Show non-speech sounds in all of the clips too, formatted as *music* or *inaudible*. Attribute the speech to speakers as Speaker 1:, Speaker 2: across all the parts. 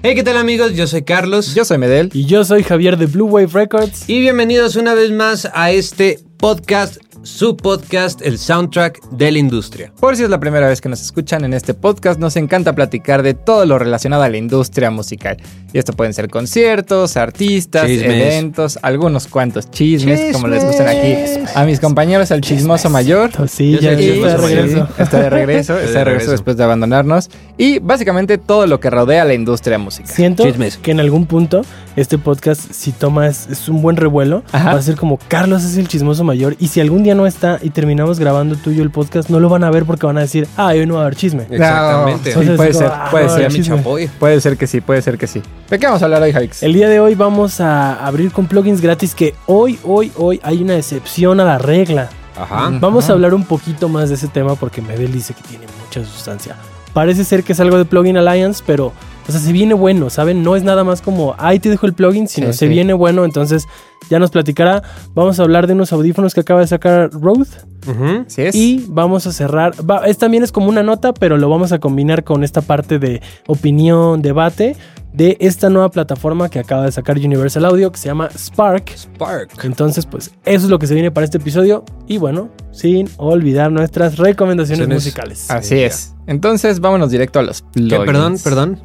Speaker 1: Hey, ¿qué tal amigos? Yo soy Carlos.
Speaker 2: Yo soy Medel.
Speaker 3: Y yo soy Javier de Blue Wave Records.
Speaker 1: Y bienvenidos una vez más a este podcast, su podcast, el soundtrack de la industria.
Speaker 2: Por si es la primera vez que nos escuchan en este podcast, nos encanta platicar de todo lo relacionado a la industria musical. Y esto pueden ser conciertos, artistas,
Speaker 1: Chismes.
Speaker 2: eventos, algunos cuantos chismes, como les gustan aquí.
Speaker 1: Chismes.
Speaker 2: a mis compañeros, al chismoso mayor.
Speaker 3: Sí,
Speaker 1: Yo soy
Speaker 3: ya
Speaker 1: el
Speaker 3: está de
Speaker 1: chismoso,
Speaker 3: regreso.
Speaker 2: Sí, está de regreso,
Speaker 1: Estoy
Speaker 2: está
Speaker 1: de
Speaker 2: de regreso
Speaker 1: regreso.
Speaker 2: después de abandonarnos. Y básicamente todo lo que rodea a la industria musical.
Speaker 3: Siento
Speaker 1: Chismes.
Speaker 3: que en algún punto este podcast, si tomas es, es un buen revuelo,
Speaker 2: Ajá.
Speaker 3: va a ser como Carlos es el chismoso mayor. Y si algún día no está y terminamos grabando tú y yo el podcast, no lo van a ver porque van a decir, ah, hoy no va a haber chisme.
Speaker 1: Exactamente.
Speaker 2: Sí,
Speaker 3: Entonces,
Speaker 2: puede
Speaker 3: digo,
Speaker 2: ser,
Speaker 3: ah,
Speaker 2: puede
Speaker 3: no,
Speaker 2: ser.
Speaker 1: Ya me
Speaker 3: chisme.
Speaker 1: chapoy.
Speaker 2: Puede ser que sí, puede ser que sí. ¿De qué vamos a hablar hoy, Javix?
Speaker 3: El día de hoy vamos a abrir con plugins gratis que hoy, hoy, hoy hay una excepción a la regla.
Speaker 1: Ajá.
Speaker 3: Vamos a hablar un poquito más de ese tema porque Medel dice que tiene mucha sustancia. Parece ser que es algo de Plugin Alliance, pero, o sea, se viene bueno, ¿saben? No es nada más como, ahí te dejo el plugin, sino
Speaker 2: Sí,
Speaker 3: se
Speaker 2: sí.
Speaker 3: viene bueno, entonces ya nos platicará. Vamos a hablar de unos audífonos que acaba de sacar Roth
Speaker 1: Ujú.
Speaker 2: Así es.
Speaker 3: y vamos a cerrar. Va, es, también es como una nota, pero lo vamos a combinar con esta parte de opinión, debate, de esta nueva plataforma que acaba de sacar Universal Audio, que se llama Spark.
Speaker 1: Spark.
Speaker 3: Entonces, pues eso es lo que se viene para este episodio. Y bueno, sin olvidar nuestras recomendaciones
Speaker 1: Tienes-
Speaker 3: musicales.
Speaker 2: Así es. Entonces, vámonos directo a los
Speaker 1: Que,
Speaker 2: plugins.
Speaker 1: perdón, perdón.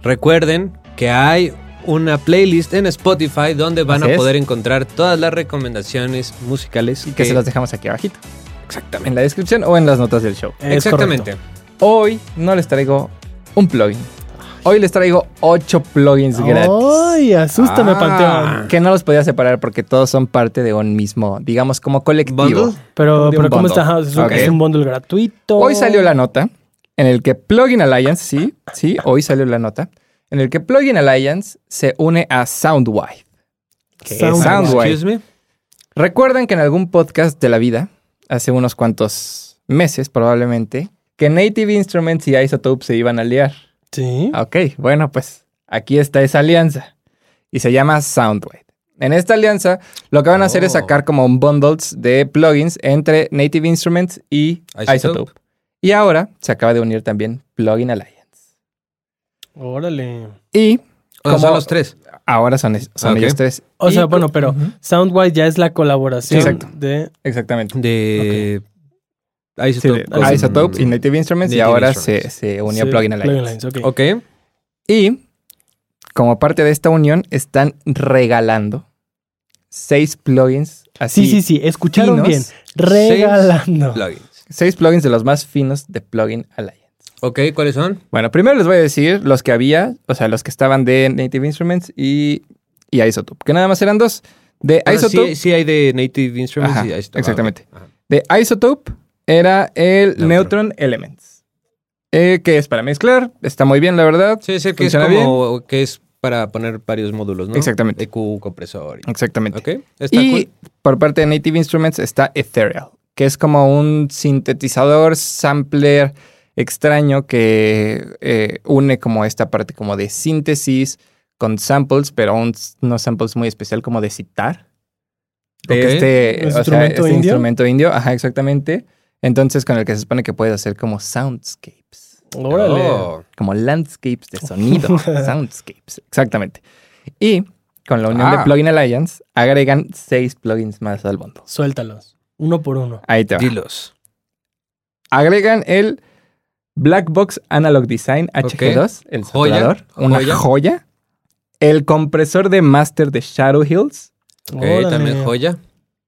Speaker 1: Recuerden que hay una playlist en Spotify donde van
Speaker 2: Así
Speaker 1: a
Speaker 2: es.
Speaker 1: poder encontrar todas las recomendaciones musicales
Speaker 2: Y que se los dejamos aquí abajito, en
Speaker 1: Exactamente.
Speaker 2: la descripción o en las notas del show.
Speaker 3: Es
Speaker 1: Exactamente.
Speaker 2: Hoy no les traigo un plugin. Hoy les traigo ocho plugins gratis.
Speaker 3: Ay, asústame,
Speaker 1: Ah.
Speaker 3: Panteón.
Speaker 2: Que no los podía separar porque todos son parte de un mismo, digamos, como colectivo.
Speaker 1: ¿Bundle?
Speaker 3: Pero,
Speaker 2: De un
Speaker 3: pero ¿cómo
Speaker 2: bundle.
Speaker 3: está? Ah, Es un,
Speaker 2: Ok.
Speaker 3: es un bundle gratuito.
Speaker 2: Hoy salió la nota en el que Plugin Alliance, sí, sí, hoy salió la nota, en el que Plugin Alliance se une a Soundwide.
Speaker 3: ¿Qué es
Speaker 2: Soundwave.
Speaker 3: Soundwave?
Speaker 1: Excuse me.
Speaker 2: Recuerdan que en algún podcast de la vida, hace unos cuantos meses probablemente, que Native Instruments y Isotope se iban a liar. Ah,
Speaker 3: Sí.
Speaker 2: Ok, bueno, pues aquí está esa alianza y se llama Soundwave. En esta alianza, lo que van a hacer es
Speaker 1: Oh.
Speaker 2: sacar como un bundles de plugins entre Native Instruments y
Speaker 1: Isotope.
Speaker 2: Isotope. Y ahora se acaba de unir también Plugin Alliance.
Speaker 3: Órale.
Speaker 2: Y
Speaker 1: O sea, son
Speaker 2: Como-
Speaker 1: los tres.
Speaker 2: ahora son, es- son
Speaker 1: Ok.
Speaker 2: ellos tres.
Speaker 3: O
Speaker 2: Y-
Speaker 3: sea, bueno, pero
Speaker 2: Ujú.
Speaker 3: Soundwide ya es la colaboración
Speaker 2: Sí, exacto.
Speaker 3: de.
Speaker 2: Exactamente.
Speaker 1: De.
Speaker 2: Sí,
Speaker 1: Isotope.
Speaker 2: de Isotope y Native Instruments y
Speaker 1: Pues, mm, Native
Speaker 2: ahora Se,
Speaker 1: Instruments.
Speaker 2: se unió
Speaker 3: sí,
Speaker 2: Plugin Alliance.
Speaker 3: ok.
Speaker 1: Ok.
Speaker 2: Y como parte de esta unión están regalando seis plugins así.
Speaker 3: Sí, sí, sí. Escucharon
Speaker 2: Finos.
Speaker 3: bien. Regalando.
Speaker 1: Plugins.
Speaker 2: Seis plugins de los más finos de Plugin Alliance.
Speaker 1: Ok, ¿cuáles son?
Speaker 2: Bueno, primero les voy a decir los que había, o sea, los que estaban de Native Instruments y, y Isotope, que nada más eran dos. De
Speaker 1: Ah,
Speaker 2: Isotope,
Speaker 1: sí, sí hay de Native Instruments
Speaker 2: Ajá,
Speaker 1: y Isotope. Ah,
Speaker 2: exactamente.
Speaker 1: ok. Ajá.
Speaker 2: de Isotope era el
Speaker 1: Neutron.
Speaker 2: Neutron, Elements, eh, que es para mezclar, está muy bien, la verdad.
Speaker 1: Sí, sí, que es
Speaker 2: Funciona
Speaker 1: como que es para poner varios módulos, ¿no?
Speaker 2: Exactamente.
Speaker 1: EQ, compresor. y-
Speaker 2: Exactamente.
Speaker 1: Ok, está
Speaker 2: y
Speaker 1: cool.
Speaker 2: por parte de Native Instruments está Ethereal, que es como un sintetizador, sampler extraño que eh, une como esta parte como de síntesis con samples, pero un- unos samples muy especial como de citar. De
Speaker 1: Ok.
Speaker 2: este,
Speaker 3: ¿Es
Speaker 2: o sea,
Speaker 3: instrumento
Speaker 2: este
Speaker 3: indio?
Speaker 2: instrumento indio, ajá, exactamente. Entonces con el que se supone que puedes hacer como soundscapes
Speaker 3: Órale.
Speaker 1: Oh,
Speaker 2: como landscapes de
Speaker 1: *laughs*
Speaker 2: sonido, soundscapes, exactamente. Y con la unión
Speaker 1: Ah.
Speaker 2: de Plugin Alliance agregan seis plugins más al bundle.
Speaker 3: Suéltalos. Uno por uno.
Speaker 2: Ahí te va.
Speaker 1: dilos.
Speaker 2: Agregan el Black Box Analog Design HG2, el
Speaker 1: Joya,
Speaker 2: saturador, una
Speaker 1: joya.
Speaker 2: joya. el compresor de Master de Shadow Hills,
Speaker 1: Ok,
Speaker 3: Órale.
Speaker 1: también joya.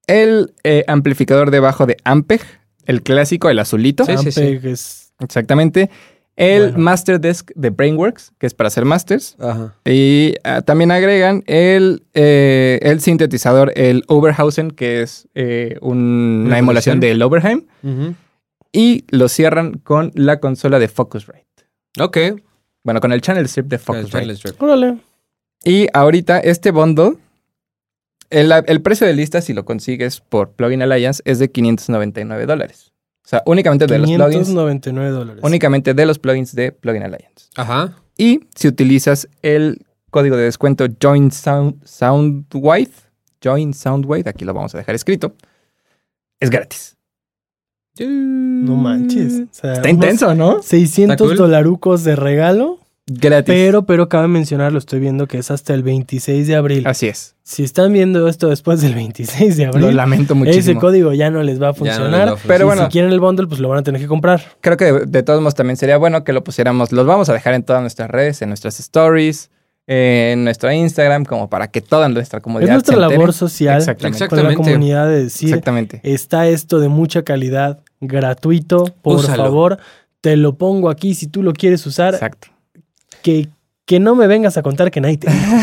Speaker 2: el eh, amplificador de bajo de Ampeg, el clásico, el azulito,
Speaker 1: Sí, sí, sí.
Speaker 3: Ampeg es-
Speaker 2: exactamente, el
Speaker 3: Bueno.
Speaker 2: Master Desk de Brainworks, que es para hacer masters,
Speaker 1: Ajá.
Speaker 2: Y ah, también agregan el, eh, el sintetizador, el Oberhausen, que es eh, un-
Speaker 1: ¿Una emulación?
Speaker 2: una emulación del Oberheim.
Speaker 1: Ujú.
Speaker 2: Y lo cierran con la consola de Focusrite.
Speaker 1: Ok.
Speaker 2: Bueno, con el channel strip de
Speaker 1: el
Speaker 2: Focusrite.
Speaker 1: Charles Drake.
Speaker 3: Órale.
Speaker 2: Y ahorita este bundle, el, el precio de lista, si lo consigues por Plugin Alliance, es de 599 dólares. O sea, únicamente de los plugins.
Speaker 3: 599 dólares.
Speaker 2: Únicamente de los plugins de Plugin Alliance.
Speaker 1: Ajá.
Speaker 2: Y si utilizas el código de descuento Join Sound, Soundwave, Join Soundwave, aquí lo vamos a dejar escrito, es gratis.
Speaker 3: No manches.
Speaker 2: Está intenso, ¿no?
Speaker 3: 600
Speaker 1: Está cool.
Speaker 3: dolarucos de regalo
Speaker 2: Gratis.
Speaker 3: Pero, pero cabe mencionar, lo estoy viendo que es hasta el 26 de abril.
Speaker 2: Así es.
Speaker 3: Si están viendo esto después del 26 de
Speaker 2: Lo
Speaker 3: abril,
Speaker 2: lamento
Speaker 3: ese
Speaker 2: muchísimo.
Speaker 3: código ya no les va a
Speaker 1: Ya no les va a
Speaker 3: funcionar.
Speaker 1: funcionar.
Speaker 2: Pero
Speaker 3: Y
Speaker 2: bueno.
Speaker 3: si quieren el bundle, pues lo van a tener que comprar.
Speaker 2: Creo que de, de todos modos también sería bueno que lo pusiéramos. Los vamos a dejar en todas nuestras redes, en nuestras stories, en nuestro Instagram, como para que toda nuestra comunidad.
Speaker 3: es nuestra
Speaker 2: se entere.
Speaker 3: labor social
Speaker 2: Exactamente.
Speaker 3: con la
Speaker 1: Exactamente.
Speaker 3: comunidad de decir,
Speaker 2: Exactamente.
Speaker 3: está esto de mucha calidad, gratuito, por
Speaker 1: Úsalo.
Speaker 3: favor, te lo pongo aquí si tú lo quieres usar,
Speaker 2: Exacto.
Speaker 3: que, que no me vengas a contar que nadie
Speaker 1: *laughs*
Speaker 3: te dijo.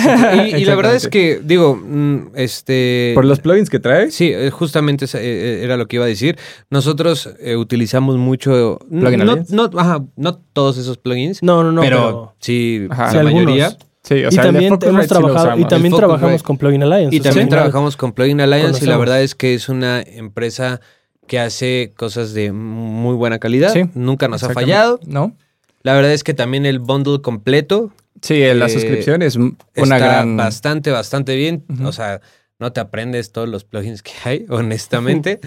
Speaker 1: *laughs* Y, y la verdad es que, digo, mm, este...
Speaker 2: Por los plugins que traes.
Speaker 1: Sí, eh, justamente esa, eh, eh, era lo que iba a decir. Nosotros eh, utilizamos mucho...
Speaker 2: Plugin
Speaker 1: no,
Speaker 2: Alliance.
Speaker 1: no, ajá, no todos esos plugins,
Speaker 3: No, no, no,
Speaker 1: pero,
Speaker 3: pero...
Speaker 1: sí,
Speaker 2: Ajá.
Speaker 1: la
Speaker 2: Sí,
Speaker 3: algunos.
Speaker 1: mayoría.
Speaker 2: Sí, o
Speaker 3: y
Speaker 2: sea, el de
Speaker 3: también
Speaker 2: Focusrite
Speaker 3: hemos
Speaker 2: sí lo
Speaker 3: trabajado, y
Speaker 2: usamos.
Speaker 3: también
Speaker 1: Focusrite.
Speaker 3: trabajamos con Plugin Alliance.
Speaker 1: Y
Speaker 3: o sea,
Speaker 1: también
Speaker 3: al final-
Speaker 1: trabajamos con Plugin Alliance y la
Speaker 3: conocemos.
Speaker 1: verdad es que es una empresa que hace cosas de muy buena calidad.
Speaker 2: Sí.
Speaker 1: Nunca nos ha
Speaker 2: Exactamente.
Speaker 1: fallado.
Speaker 2: ¿No?
Speaker 1: La verdad es que también el bundle completo
Speaker 2: Sí, la
Speaker 1: Eh,
Speaker 2: suscripción es m- una
Speaker 1: está
Speaker 2: gran.
Speaker 1: bastante, bastante bien.
Speaker 2: Ujú.
Speaker 1: O sea, no te aprendes todos los plugins que hay, *laughs* honestamente.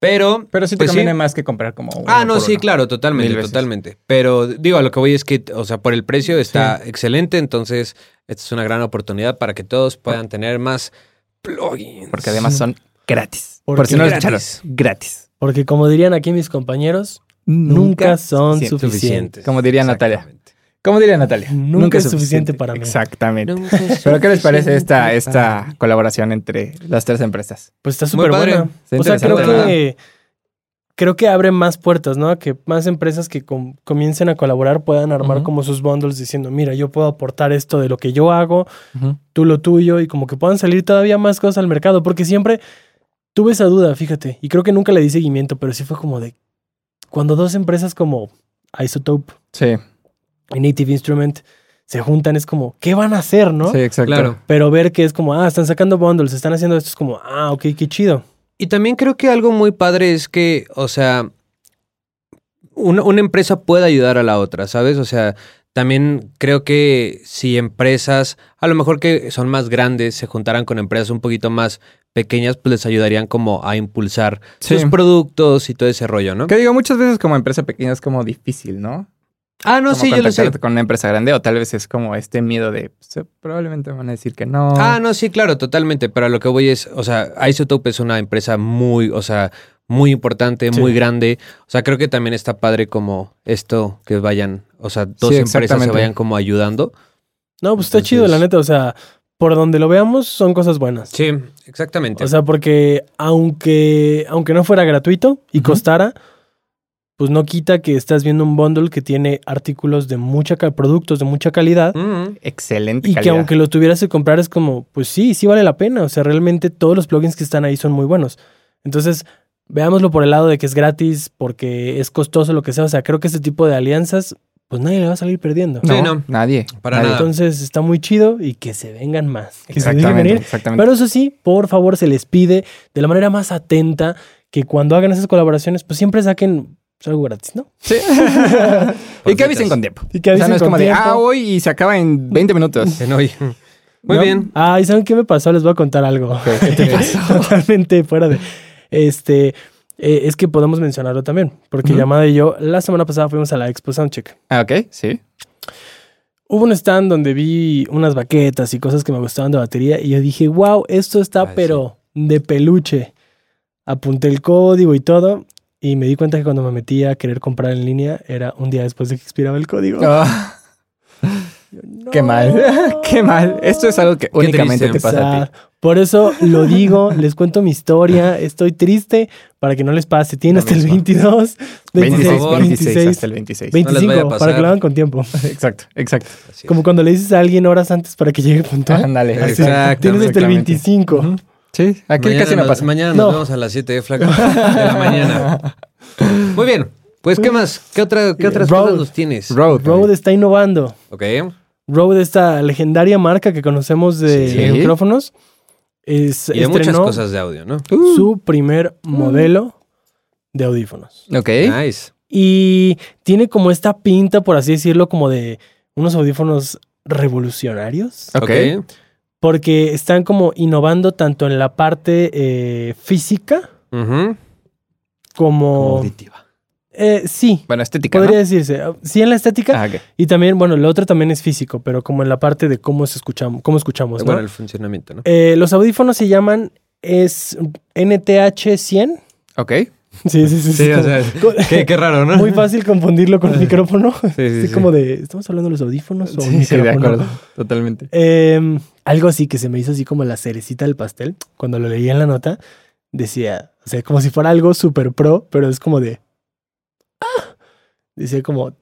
Speaker 1: Pero...
Speaker 2: Pero sí te
Speaker 1: pues sí.
Speaker 2: conviene más que comprar como. uno
Speaker 1: Ah, no,
Speaker 2: por
Speaker 1: sí,
Speaker 2: uno.
Speaker 1: claro,
Speaker 2: Mil
Speaker 1: totalmente,
Speaker 2: veces.
Speaker 1: totalmente. Pero digo, a lo que voy es que, o sea, por el precio está excelente, entonces esta es una gran oportunidad para que todos puedan tener más plugins.
Speaker 2: Porque además son gratis.
Speaker 3: Porque
Speaker 2: Por si no lo
Speaker 1: gratis.
Speaker 2: escucharon, gratis.
Speaker 3: Porque como dirían aquí mis compañeros, nunca, son
Speaker 2: suficientes.
Speaker 3: suficientes.
Speaker 2: Como diría Natalia.
Speaker 1: Exactamente.
Speaker 2: ¿Cómo diría Natalia?
Speaker 3: Nunca es suficiente para mí.
Speaker 2: Exactamente.
Speaker 1: Nunca es
Speaker 2: ¿Pero qué les parece
Speaker 1: suficiente
Speaker 2: esta,
Speaker 1: para-
Speaker 2: esta colaboración entre las tres empresas?
Speaker 3: Pues está
Speaker 1: Muy
Speaker 3: súper buena.
Speaker 1: padre.
Speaker 2: Está
Speaker 3: O sea, creo
Speaker 2: interesante,
Speaker 3: que, creo que abre más puertas, ¿no? A que más empresas que com- comiencen a colaborar puedan armar
Speaker 2: Ujú.
Speaker 3: como sus bundles diciendo, mira, yo puedo aportar esto de lo que yo hago, tú lo tuyo, y como que puedan salir todavía más cosas al mercado, porque siempre tuve esa duda, fíjate, y creo que nunca le di seguimiento, pero sí fue como de cuando dos empresas como Isotope
Speaker 2: Sí,
Speaker 3: y Native Instrument se juntan, es como, ¿qué van a hacer, no?
Speaker 2: sí, exacto.
Speaker 1: Claro.
Speaker 3: Pero ver que es como, ah, están sacando bundles, están haciendo esto, es como, ah, ok, qué chido.
Speaker 1: Y también creo que algo muy padre es que, o sea, una, una empresa puede ayudar a la otra, ¿sabes? O sea, también creo que si empresas, a lo mejor que son más grandes, se juntaran con empresas un poquito más pequeñas, pues les ayudarían como a impulsar
Speaker 2: Sí.
Speaker 1: sus productos y todo ese rollo, ¿no?
Speaker 2: Que digo, muchas veces como empresa pequeña es como difícil, ¿no?
Speaker 1: Ah, no,
Speaker 2: Como
Speaker 1: sí, yo lo sé.
Speaker 2: contactarte con una empresa grande o tal vez es como este miedo de pues, probablemente van a decir que no.
Speaker 1: Ah, no, sí, claro, totalmente. Pero a lo que voy es, o sea, Isotope es una empresa muy, o sea, muy importante,
Speaker 3: Sí.
Speaker 1: muy grande. O sea, creo que también está padre como esto, que vayan, o sea, dos
Speaker 2: Sí,
Speaker 1: empresas se
Speaker 2: exactamente.
Speaker 1: vayan como ayudando.
Speaker 3: No, pues está
Speaker 1: Entonces-
Speaker 3: chido, la neta. O sea, por donde lo veamos, son cosas buenas.
Speaker 1: Sí, exactamente.
Speaker 3: O sea, porque aunque, aunque no fuera gratuito y
Speaker 2: Ujú.
Speaker 3: costara, pues no quita que estás viendo un bundle que tiene artículos de mucha ca- productos de mucha calidad.
Speaker 1: Mm.
Speaker 2: Excelente
Speaker 3: Y que
Speaker 2: calidad.
Speaker 3: aunque los tuvieras que comprar es como, pues sí, sí vale la pena. O sea, realmente todos los plugins que están ahí son muy buenos. Entonces, veámoslo por el lado de que es gratis, porque es costoso, lo que sea. O sea, creo que este tipo de alianzas, pues nadie le va a salir perdiendo.
Speaker 1: Sí, no.
Speaker 2: Nadie.
Speaker 1: Para
Speaker 2: nadie.
Speaker 1: nada.
Speaker 3: Entonces está muy chido y que se vengan más. Que se dejen
Speaker 2: Exactamente,
Speaker 3: venir.
Speaker 2: exactamente.
Speaker 3: Pero eso sí, por favor, se les pide de la manera más atenta que cuando hagan esas colaboraciones, pues siempre saquen pues, algo gratis, ¿no?
Speaker 2: *laughs* Sí. y que avisen con tiempo.
Speaker 3: Y que
Speaker 2: O sea,
Speaker 3: avisen
Speaker 2: no es
Speaker 3: con
Speaker 2: como de,
Speaker 3: tiempo.
Speaker 2: ah, hoy y se acaba en 20 minutos.
Speaker 1: En *laughs* hoy. Muy
Speaker 2: No.
Speaker 1: bien.
Speaker 3: Ah, ¿y saben qué me pasó? Les voy a contar algo.
Speaker 2: *laughs*
Speaker 3: *laughs* Totalmente fuera de. Este. eh, es que podemos mencionarlo también, porque
Speaker 2: Ujú.
Speaker 3: Yamada y yo la semana pasada fuimos a la Expo Soundcheck.
Speaker 2: Ah, ok, sí.
Speaker 3: Hubo un stand donde vi unas baquetas y cosas que me gustaban de batería y yo dije, wow, esto está
Speaker 1: Ah, sí.
Speaker 3: pero de peluche. Apunté el código y todo y me di cuenta que cuando me metí a querer comprar en línea era un día después de que expiraba el código.
Speaker 2: Ah, qué mal, *laughs* qué mal. Esto es algo que únicamente
Speaker 1: triste.
Speaker 2: te pasa a ti.
Speaker 3: Por eso
Speaker 2: *laughs*
Speaker 3: lo digo, les cuento mi historia, estoy triste para que no les pase. Tienen
Speaker 2: Lo
Speaker 3: hasta el
Speaker 2: mismo. *laughs*
Speaker 3: 22, 26,
Speaker 2: 26,
Speaker 1: favor.
Speaker 2: 26,
Speaker 3: 26,
Speaker 2: hasta el 26.
Speaker 3: 25,
Speaker 1: vaya a pasar.
Speaker 3: para que lo hagan con tiempo.
Speaker 2: *laughs* Exacto, exacto. Ah,
Speaker 1: Así es.
Speaker 3: Como cuando le dices a alguien horas antes para que llegue puntual.
Speaker 2: Ándale.
Speaker 1: Exacto.
Speaker 2: así.
Speaker 3: Tienes hasta el
Speaker 2: Exactamente.
Speaker 3: 25.
Speaker 2: Ujú. Sí, aquí
Speaker 1: Mañana
Speaker 2: casi me
Speaker 1: nos-
Speaker 2: pasa.
Speaker 1: Mañana
Speaker 3: No.
Speaker 1: nos vemos a las 7 de flaco. De la mañana. *laughs* Muy bien. Pues, ¿qué más? ¿Qué, otra, qué otras
Speaker 3: Road.
Speaker 1: cosas nos tienes?
Speaker 2: Road.
Speaker 3: Rode está innovando.
Speaker 1: Ok.
Speaker 3: Rode, esta legendaria marca que conocemos de
Speaker 2: Sí.
Speaker 3: micrófonos, es,
Speaker 1: Y de muchas
Speaker 3: estrenó
Speaker 1: cosas de audio, ¿no?
Speaker 2: Uh,
Speaker 3: su primer modelo de audífonos.
Speaker 2: ok.
Speaker 1: Nice.
Speaker 3: Y tiene como esta pinta, por así decirlo, como de unos audífonos revolucionarios.
Speaker 2: Ok.
Speaker 1: Ok.
Speaker 3: Porque están como innovando tanto en la parte eh, física
Speaker 1: Ujú.
Speaker 3: como,
Speaker 1: auditiva.
Speaker 3: Eh, sí,
Speaker 2: Bueno, estética,
Speaker 3: podría
Speaker 2: ¿no?
Speaker 3: decirse. Sí, en la estética.
Speaker 2: Ah, ok.
Speaker 3: Y también, bueno, lo otro también es físico, pero como en la parte de cómo se escuchamos, cómo escuchamos, ¿no?
Speaker 1: bueno, el funcionamiento, ¿no?
Speaker 3: Eh, los audífonos se llaman es NTH 100.
Speaker 2: Ok.
Speaker 3: Sí, sí, sí.
Speaker 1: Sí, o
Speaker 3: está-
Speaker 1: sea,
Speaker 3: co-
Speaker 1: qué, qué raro, *laughs* ¿no?
Speaker 3: *laughs* Muy fácil confundirlo con el
Speaker 1: Sí.
Speaker 3: micrófono.
Speaker 1: Sí, sí,
Speaker 3: Así
Speaker 1: sí.
Speaker 3: como de, ¿estamos hablando de los audífonos o un
Speaker 2: Sí, sí, de
Speaker 3: micrófono?
Speaker 2: acuerdo. Totalmente.
Speaker 3: Eh, algo así que se me hizo así como la cerecita del pastel. Cuando lo leí en la nota, decía, o sea, como si fuera algo super pro, pero es como de. "Ah". Decía como.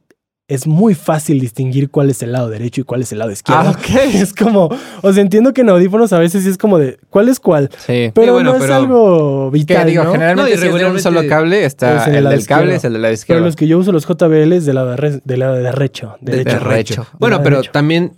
Speaker 3: Es muy fácil distinguir cuál es el lado derecho y cuál es el lado izquierdo.
Speaker 2: Ah, ok.
Speaker 3: *laughs* Es como, o sea, entiendo que en audífonos a veces sí es como de cuál es cuál,
Speaker 2: Sí.
Speaker 3: pero
Speaker 1: bueno,
Speaker 3: no es
Speaker 1: pero-
Speaker 3: algo
Speaker 2: Que
Speaker 3: vital.
Speaker 2: digo,
Speaker 3: ¿no?
Speaker 2: generalmente
Speaker 1: No, y
Speaker 2: si es de un
Speaker 1: regularmente-
Speaker 2: solo cable está
Speaker 3: Es
Speaker 2: el,
Speaker 3: el lado
Speaker 2: del cable
Speaker 3: izquierdo.
Speaker 2: es el del lado
Speaker 3: Pero
Speaker 2: izquierdo.
Speaker 3: los que yo uso los JBL es del lado, de del lado derecho.
Speaker 1: De-
Speaker 3: derecho.
Speaker 1: de
Speaker 2: Derecho.
Speaker 1: recho. Bueno,
Speaker 3: De
Speaker 1: pero
Speaker 3: recho.
Speaker 1: también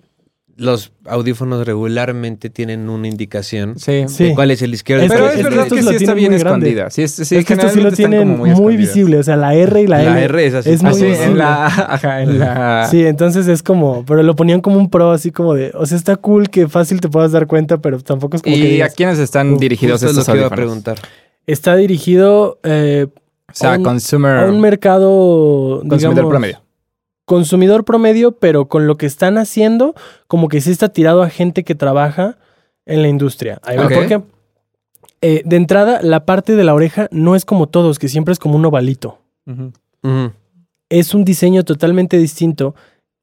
Speaker 1: los audífonos regularmente tienen una indicación
Speaker 2: Sí.
Speaker 3: Sí.
Speaker 1: de cuál es el izquierdo. y
Speaker 3: Es
Speaker 1: cuál
Speaker 2: Pero
Speaker 3: que-
Speaker 2: es,
Speaker 1: el
Speaker 2: verdad
Speaker 1: derecho.
Speaker 2: que
Speaker 3: estos
Speaker 2: sí
Speaker 3: lo
Speaker 2: está
Speaker 3: tienen
Speaker 2: bien
Speaker 3: muy grande.
Speaker 2: escondida. Sí, es- sí,
Speaker 3: es que estos sí lo
Speaker 2: generalmente están
Speaker 3: tienen
Speaker 2: como
Speaker 3: muy,
Speaker 2: escondidas.
Speaker 3: visible. O sea, la R y la,
Speaker 1: La
Speaker 3: L.
Speaker 1: R es así.
Speaker 3: es
Speaker 2: Ah,
Speaker 3: muy
Speaker 2: sí, en
Speaker 3: visible.
Speaker 2: la, ajá, en *laughs* la...
Speaker 3: Sí, entonces es como, pero lo ponían como un pro, así como de, o sea, está cool que fácil te puedas dar cuenta, pero tampoco es como que
Speaker 2: ¿Y a
Speaker 3: digas.
Speaker 2: quiénes están
Speaker 3: Justo
Speaker 2: dirigidos
Speaker 1: Justo es lo
Speaker 2: estos
Speaker 1: que iba a
Speaker 2: audífonos?
Speaker 1: preguntar.
Speaker 3: está dirigido eh,
Speaker 2: O sea,
Speaker 3: A un- a
Speaker 2: consumer,
Speaker 3: un mercado,
Speaker 2: consumidor
Speaker 3: digamos,
Speaker 2: promedio.
Speaker 3: consumidor promedio, pero con lo que están haciendo, como que sí está tirado a gente que trabaja en la industria. Ahí va,
Speaker 2: Ok.
Speaker 3: ¿por qué? Eh, de entrada, la parte de la oreja no es como todos, que siempre es como un ovalito.
Speaker 1: Ujú.
Speaker 3: es un diseño totalmente distinto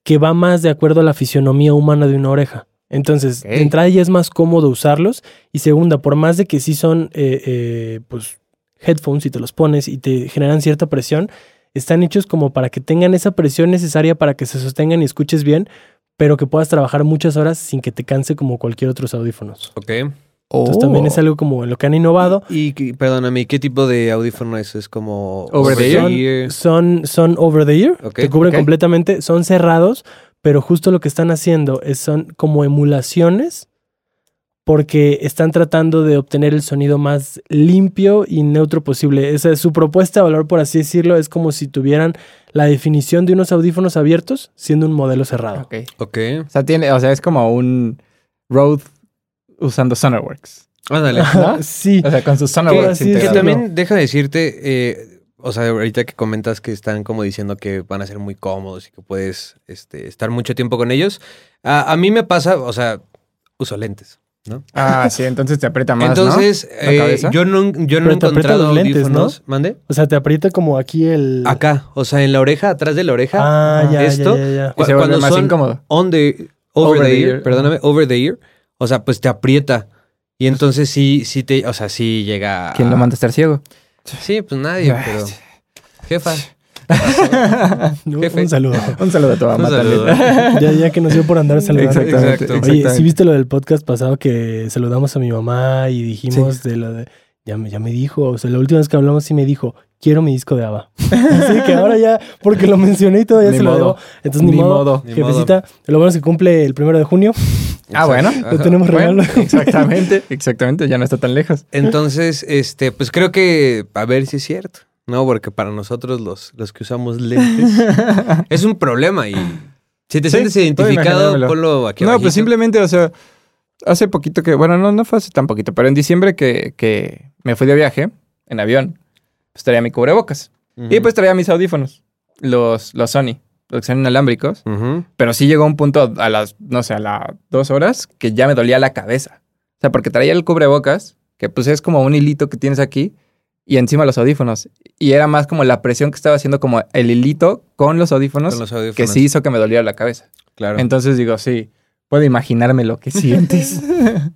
Speaker 3: que va más de acuerdo a la fisionomía humana de una oreja. Entonces,
Speaker 2: Ok.
Speaker 3: de entrada ya es más cómodo usarlos. Y segunda, por más de que sí son eh, eh, pues, headphones y te los pones y te generan cierta presión, están hechos como para que tengan esa presión necesaria para que se sostengan y escuches bien, pero que puedas trabajar muchas horas sin que te canse como cualquier otros audífonos.
Speaker 1: Ok.
Speaker 2: Oh,
Speaker 3: Entonces también es algo como en lo que han innovado.
Speaker 1: Y, y perdóname, ¿qué tipo de audífono es? ¿Es como
Speaker 2: Over the ear?
Speaker 1: ear?
Speaker 3: Son, son over the ear,
Speaker 1: Ok,
Speaker 3: te cubren
Speaker 2: ok.
Speaker 3: completamente, son cerrados, pero justo lo que están haciendo es, son como emulaciones porque están tratando de obtener el sonido más limpio y neutro posible. Esa es su propuesta de valor, por así decirlo, es como si tuvieran la definición de unos audífonos abiertos siendo un modelo cerrado.
Speaker 2: Ok.
Speaker 1: Ok.
Speaker 2: O sea, tiene, o sea, es como un road usando Sonarworks.
Speaker 1: Ándale.
Speaker 2: ¿no?
Speaker 3: *laughs* Ah, Sí,
Speaker 2: O sea, con sus Sonarworks
Speaker 3: así es.
Speaker 1: Que
Speaker 3: Sí,
Speaker 2: integrados.
Speaker 1: también deja decirte, eh, o sea, ahorita que comentas que están como diciendo que van a ser muy cómodos y que puedes este, estar mucho tiempo con ellos. A, a mí me pasa, o sea, uso lentes.
Speaker 2: Ah, sí, entonces te aprieta más,
Speaker 1: Entonces,
Speaker 2: ¿La
Speaker 1: eh,
Speaker 2: cabeza?
Speaker 1: yo no, yo no
Speaker 3: Pero
Speaker 1: he
Speaker 3: te aprietan
Speaker 1: encontrado
Speaker 3: los lentes, ¿no?
Speaker 1: audífonos. ¿Mande?
Speaker 3: o sea, te aprieta como aquí el...
Speaker 1: Acá, o sea, en la oreja, atrás de la oreja.
Speaker 3: Ah, ya, ya,
Speaker 1: Esto.
Speaker 3: ya, ya.
Speaker 2: ¿no? Y se
Speaker 1: cu-
Speaker 2: vuelve
Speaker 1: cuando
Speaker 2: más
Speaker 1: son-
Speaker 2: incómodo.
Speaker 1: On the, over, the, ear,
Speaker 2: ajá.
Speaker 1: perdóname, over the ear. O sea, pues te aprieta. Y entonces sí, sí te, o sea, sí llega. a-
Speaker 2: ¿Quién lo manda a estar ciego?
Speaker 1: Sí, pues
Speaker 3: *laughs*
Speaker 1: nadie, pero. Jefa. *laughs* jefe.
Speaker 3: Un saludo.
Speaker 2: Un saludo a tu mamá
Speaker 1: Un saludo.
Speaker 2: también.
Speaker 3: Ya, ya que nos dio por andar saludando.
Speaker 1: Exacto.
Speaker 2: Exactamente.
Speaker 3: Oye,
Speaker 2: exactamente.
Speaker 3: ¿sí viste lo del podcast pasado que saludamos a mi mamá y dijimos de lo de... Ya me, ya me dijo, o sea, la última vez que hablamos sí me dijo, quiero mi disco de ABBA. *laughs* Así que ahora ya, porque lo mencioné y todavía
Speaker 2: Ni
Speaker 3: se lo
Speaker 2: modo.
Speaker 3: debo. Entonces, ni,
Speaker 2: Ni
Speaker 3: modo,
Speaker 2: modo.
Speaker 1: Ni
Speaker 3: jefecita. Lo bueno es que cumple el primero de junio.
Speaker 2: Ah, bueno.
Speaker 3: Lo tenemos regalo.
Speaker 2: Bueno, *laughs* exactamente, exactamente, ya no está tan lejos.
Speaker 1: Entonces, este, pues creo que a ver si es cierto, ¿no? Porque para nosotros los, los que usamos lentes es un problema y si te
Speaker 2: Sí,
Speaker 1: sientes
Speaker 2: puedo
Speaker 1: identificado,
Speaker 2: imaginármelo.
Speaker 1: ponlo aquí
Speaker 2: no,
Speaker 1: abajito.
Speaker 2: pues simplemente, o sea, hace poquito que, bueno, no, no fue hace tan poquito, pero en diciembre que, que me fui de viaje en avión, pues traía mi cubrebocas
Speaker 1: Ujú.
Speaker 2: y pues traía mis audífonos, los, los Sony, los que son inalámbricos,
Speaker 1: Ujú.
Speaker 2: pero sí llegó un punto a las, no sé, a las dos horas que ya me dolía la cabeza. O sea, porque traía el cubrebocas, que pues es como un hilito que tienes aquí y encima los audífonos. Y era más como la presión que estaba haciendo como el hilito con los audífonos,
Speaker 1: Con los audífonos.
Speaker 2: que sí hizo que me doliera la cabeza.
Speaker 1: claro.
Speaker 2: Entonces digo, sí, puedo imaginarme lo
Speaker 3: *laughs*
Speaker 2: que sientes.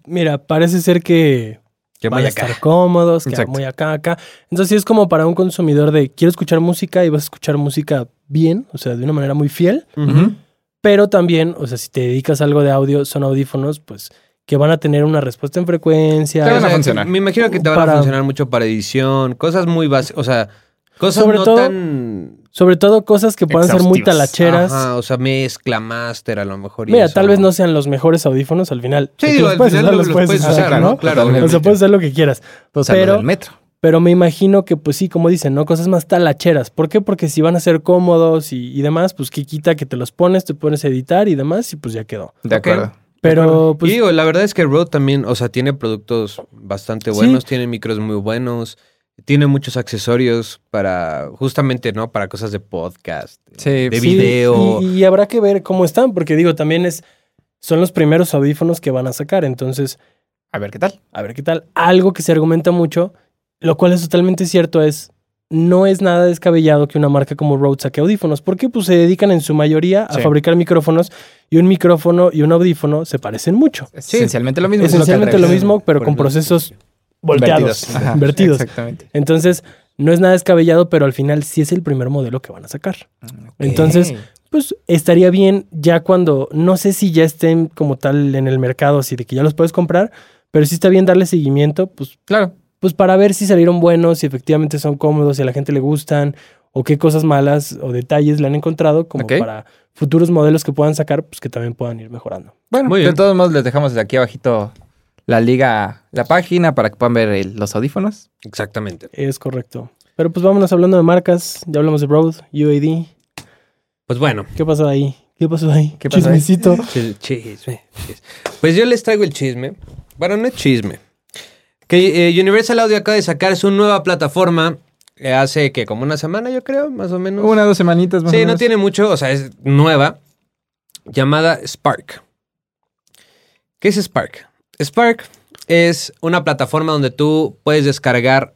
Speaker 3: Mira, parece ser que
Speaker 1: Que
Speaker 3: van
Speaker 1: vaya
Speaker 3: a
Speaker 1: acá.
Speaker 3: estar cómodos, que
Speaker 2: Exacto.
Speaker 3: muy acá, acá. Entonces, sí es como para un consumidor de, quiero escuchar música y vas a escuchar música bien, o sea, de una manera muy fiel.
Speaker 1: Ujú.
Speaker 3: Pero también, o sea, si te dedicas a algo de audio, son audífonos, pues que van a tener una respuesta en frecuencia.
Speaker 2: Te van
Speaker 1: O sea,
Speaker 2: a funcionar.
Speaker 1: Me imagino que te van a
Speaker 3: Para-
Speaker 1: funcionar mucho para edición, cosas muy básicas, o sea, cosas
Speaker 3: Sobre
Speaker 1: no
Speaker 3: todo-
Speaker 1: tan...
Speaker 3: Sobre todo cosas que puedan ser muy
Speaker 2: Exhaustivas.
Speaker 3: talacheras.
Speaker 1: Ajá, o sea, mezcla, master a lo mejor. y
Speaker 3: Mira,
Speaker 1: eso.
Speaker 3: tal vez no sean los mejores audífonos al final.
Speaker 1: Sí,
Speaker 3: Porque
Speaker 1: digo,
Speaker 3: los
Speaker 1: al
Speaker 3: puedes
Speaker 1: final
Speaker 3: usar,
Speaker 1: lo-
Speaker 3: los puedes usar,
Speaker 1: claro,
Speaker 3: ¿no?
Speaker 1: Claro,
Speaker 2: Totalmente.
Speaker 3: O sea,
Speaker 1: obviamente.
Speaker 3: puedes hacer lo que quieras.
Speaker 2: Pues a lo
Speaker 3: Pero-
Speaker 2: del metro.
Speaker 3: Pero me imagino que, pues sí, como dicen, ¿no? Cosas más talacheras. ¿Por qué? Porque si van a ser cómodos y, y demás, pues que quita que te los pones, te pones a editar y demás, y pues ya quedó.
Speaker 2: De
Speaker 1: Ok.
Speaker 2: acuerdo.
Speaker 3: Pero, pues,
Speaker 1: y digo, la verdad es que Rode también, o sea, tiene productos bastante
Speaker 3: Sí.
Speaker 1: buenos, tiene micros muy buenos. Tiene muchos accesorios para, justamente, ¿no? Para cosas de podcast,
Speaker 2: Sí,
Speaker 1: de
Speaker 2: sí.
Speaker 1: video.
Speaker 3: Y, y habrá que ver cómo están, porque digo, también es. Son los primeros audífonos que van a sacar. Entonces,
Speaker 2: A ver qué tal.
Speaker 3: a ver qué tal. Algo que se argumenta mucho, lo cual es totalmente cierto, es. No es nada descabellado que una marca como Rode saque audífonos, porque pues se dedican en su mayoría a
Speaker 2: Sí.
Speaker 3: fabricar micrófonos y un micrófono y un audífono se parecen mucho.
Speaker 2: Es
Speaker 1: Sí.
Speaker 2: Esencialmente lo mismo. es que
Speaker 3: Esencialmente lo
Speaker 2: atraes.
Speaker 3: mismo, pero
Speaker 1: Por
Speaker 3: con
Speaker 1: lo-
Speaker 3: procesos volteados,
Speaker 2: Invertidos. Ajá,
Speaker 3: invertidos.
Speaker 2: Exactamente.
Speaker 3: Entonces, no es nada descabellado, pero al final sí es el primer modelo que van a sacar. Entonces,
Speaker 2: Ok.
Speaker 3: pues estaría bien ya cuando, no sé si ya estén como tal en el mercado, así de que ya los puedes comprar, pero sí está bien darle seguimiento, pues,
Speaker 2: Claro.
Speaker 3: pues para ver si salieron buenos, si efectivamente son cómodos, si a la gente le gustan, o qué cosas malas o detalles le han encontrado, como
Speaker 2: Ok.
Speaker 3: para futuros modelos que puedan sacar, pues que también puedan ir mejorando.
Speaker 2: Bueno,
Speaker 1: Muy
Speaker 2: de
Speaker 1: bien.
Speaker 2: todos modos les dejamos aquí abajito la liga, la página para que puedan ver el- los audífonos.
Speaker 1: Exactamente.
Speaker 3: Es correcto. Pero pues vámonos hablando de marcas, ya hablamos de Rode, UAD,
Speaker 1: Pues bueno,
Speaker 3: ¿qué pasó ahí? ¿Qué pasó ahí?
Speaker 2: ¿Qué pasó ahí?
Speaker 3: Chismecito.
Speaker 1: el chisme. chisme. Pues yo les traigo el chisme. Bueno, no es chisme. Que eh, Universal Audio acaba de sacar su nueva plataforma eh, hace que como una semana, yo creo, más o menos.
Speaker 2: Una, dos semanitas más o
Speaker 1: Sí, no
Speaker 2: menos.
Speaker 1: tiene mucho, o sea, es nueva, llamada Spark. ¿Qué es Spark? Spark es una plataforma donde tú puedes descargar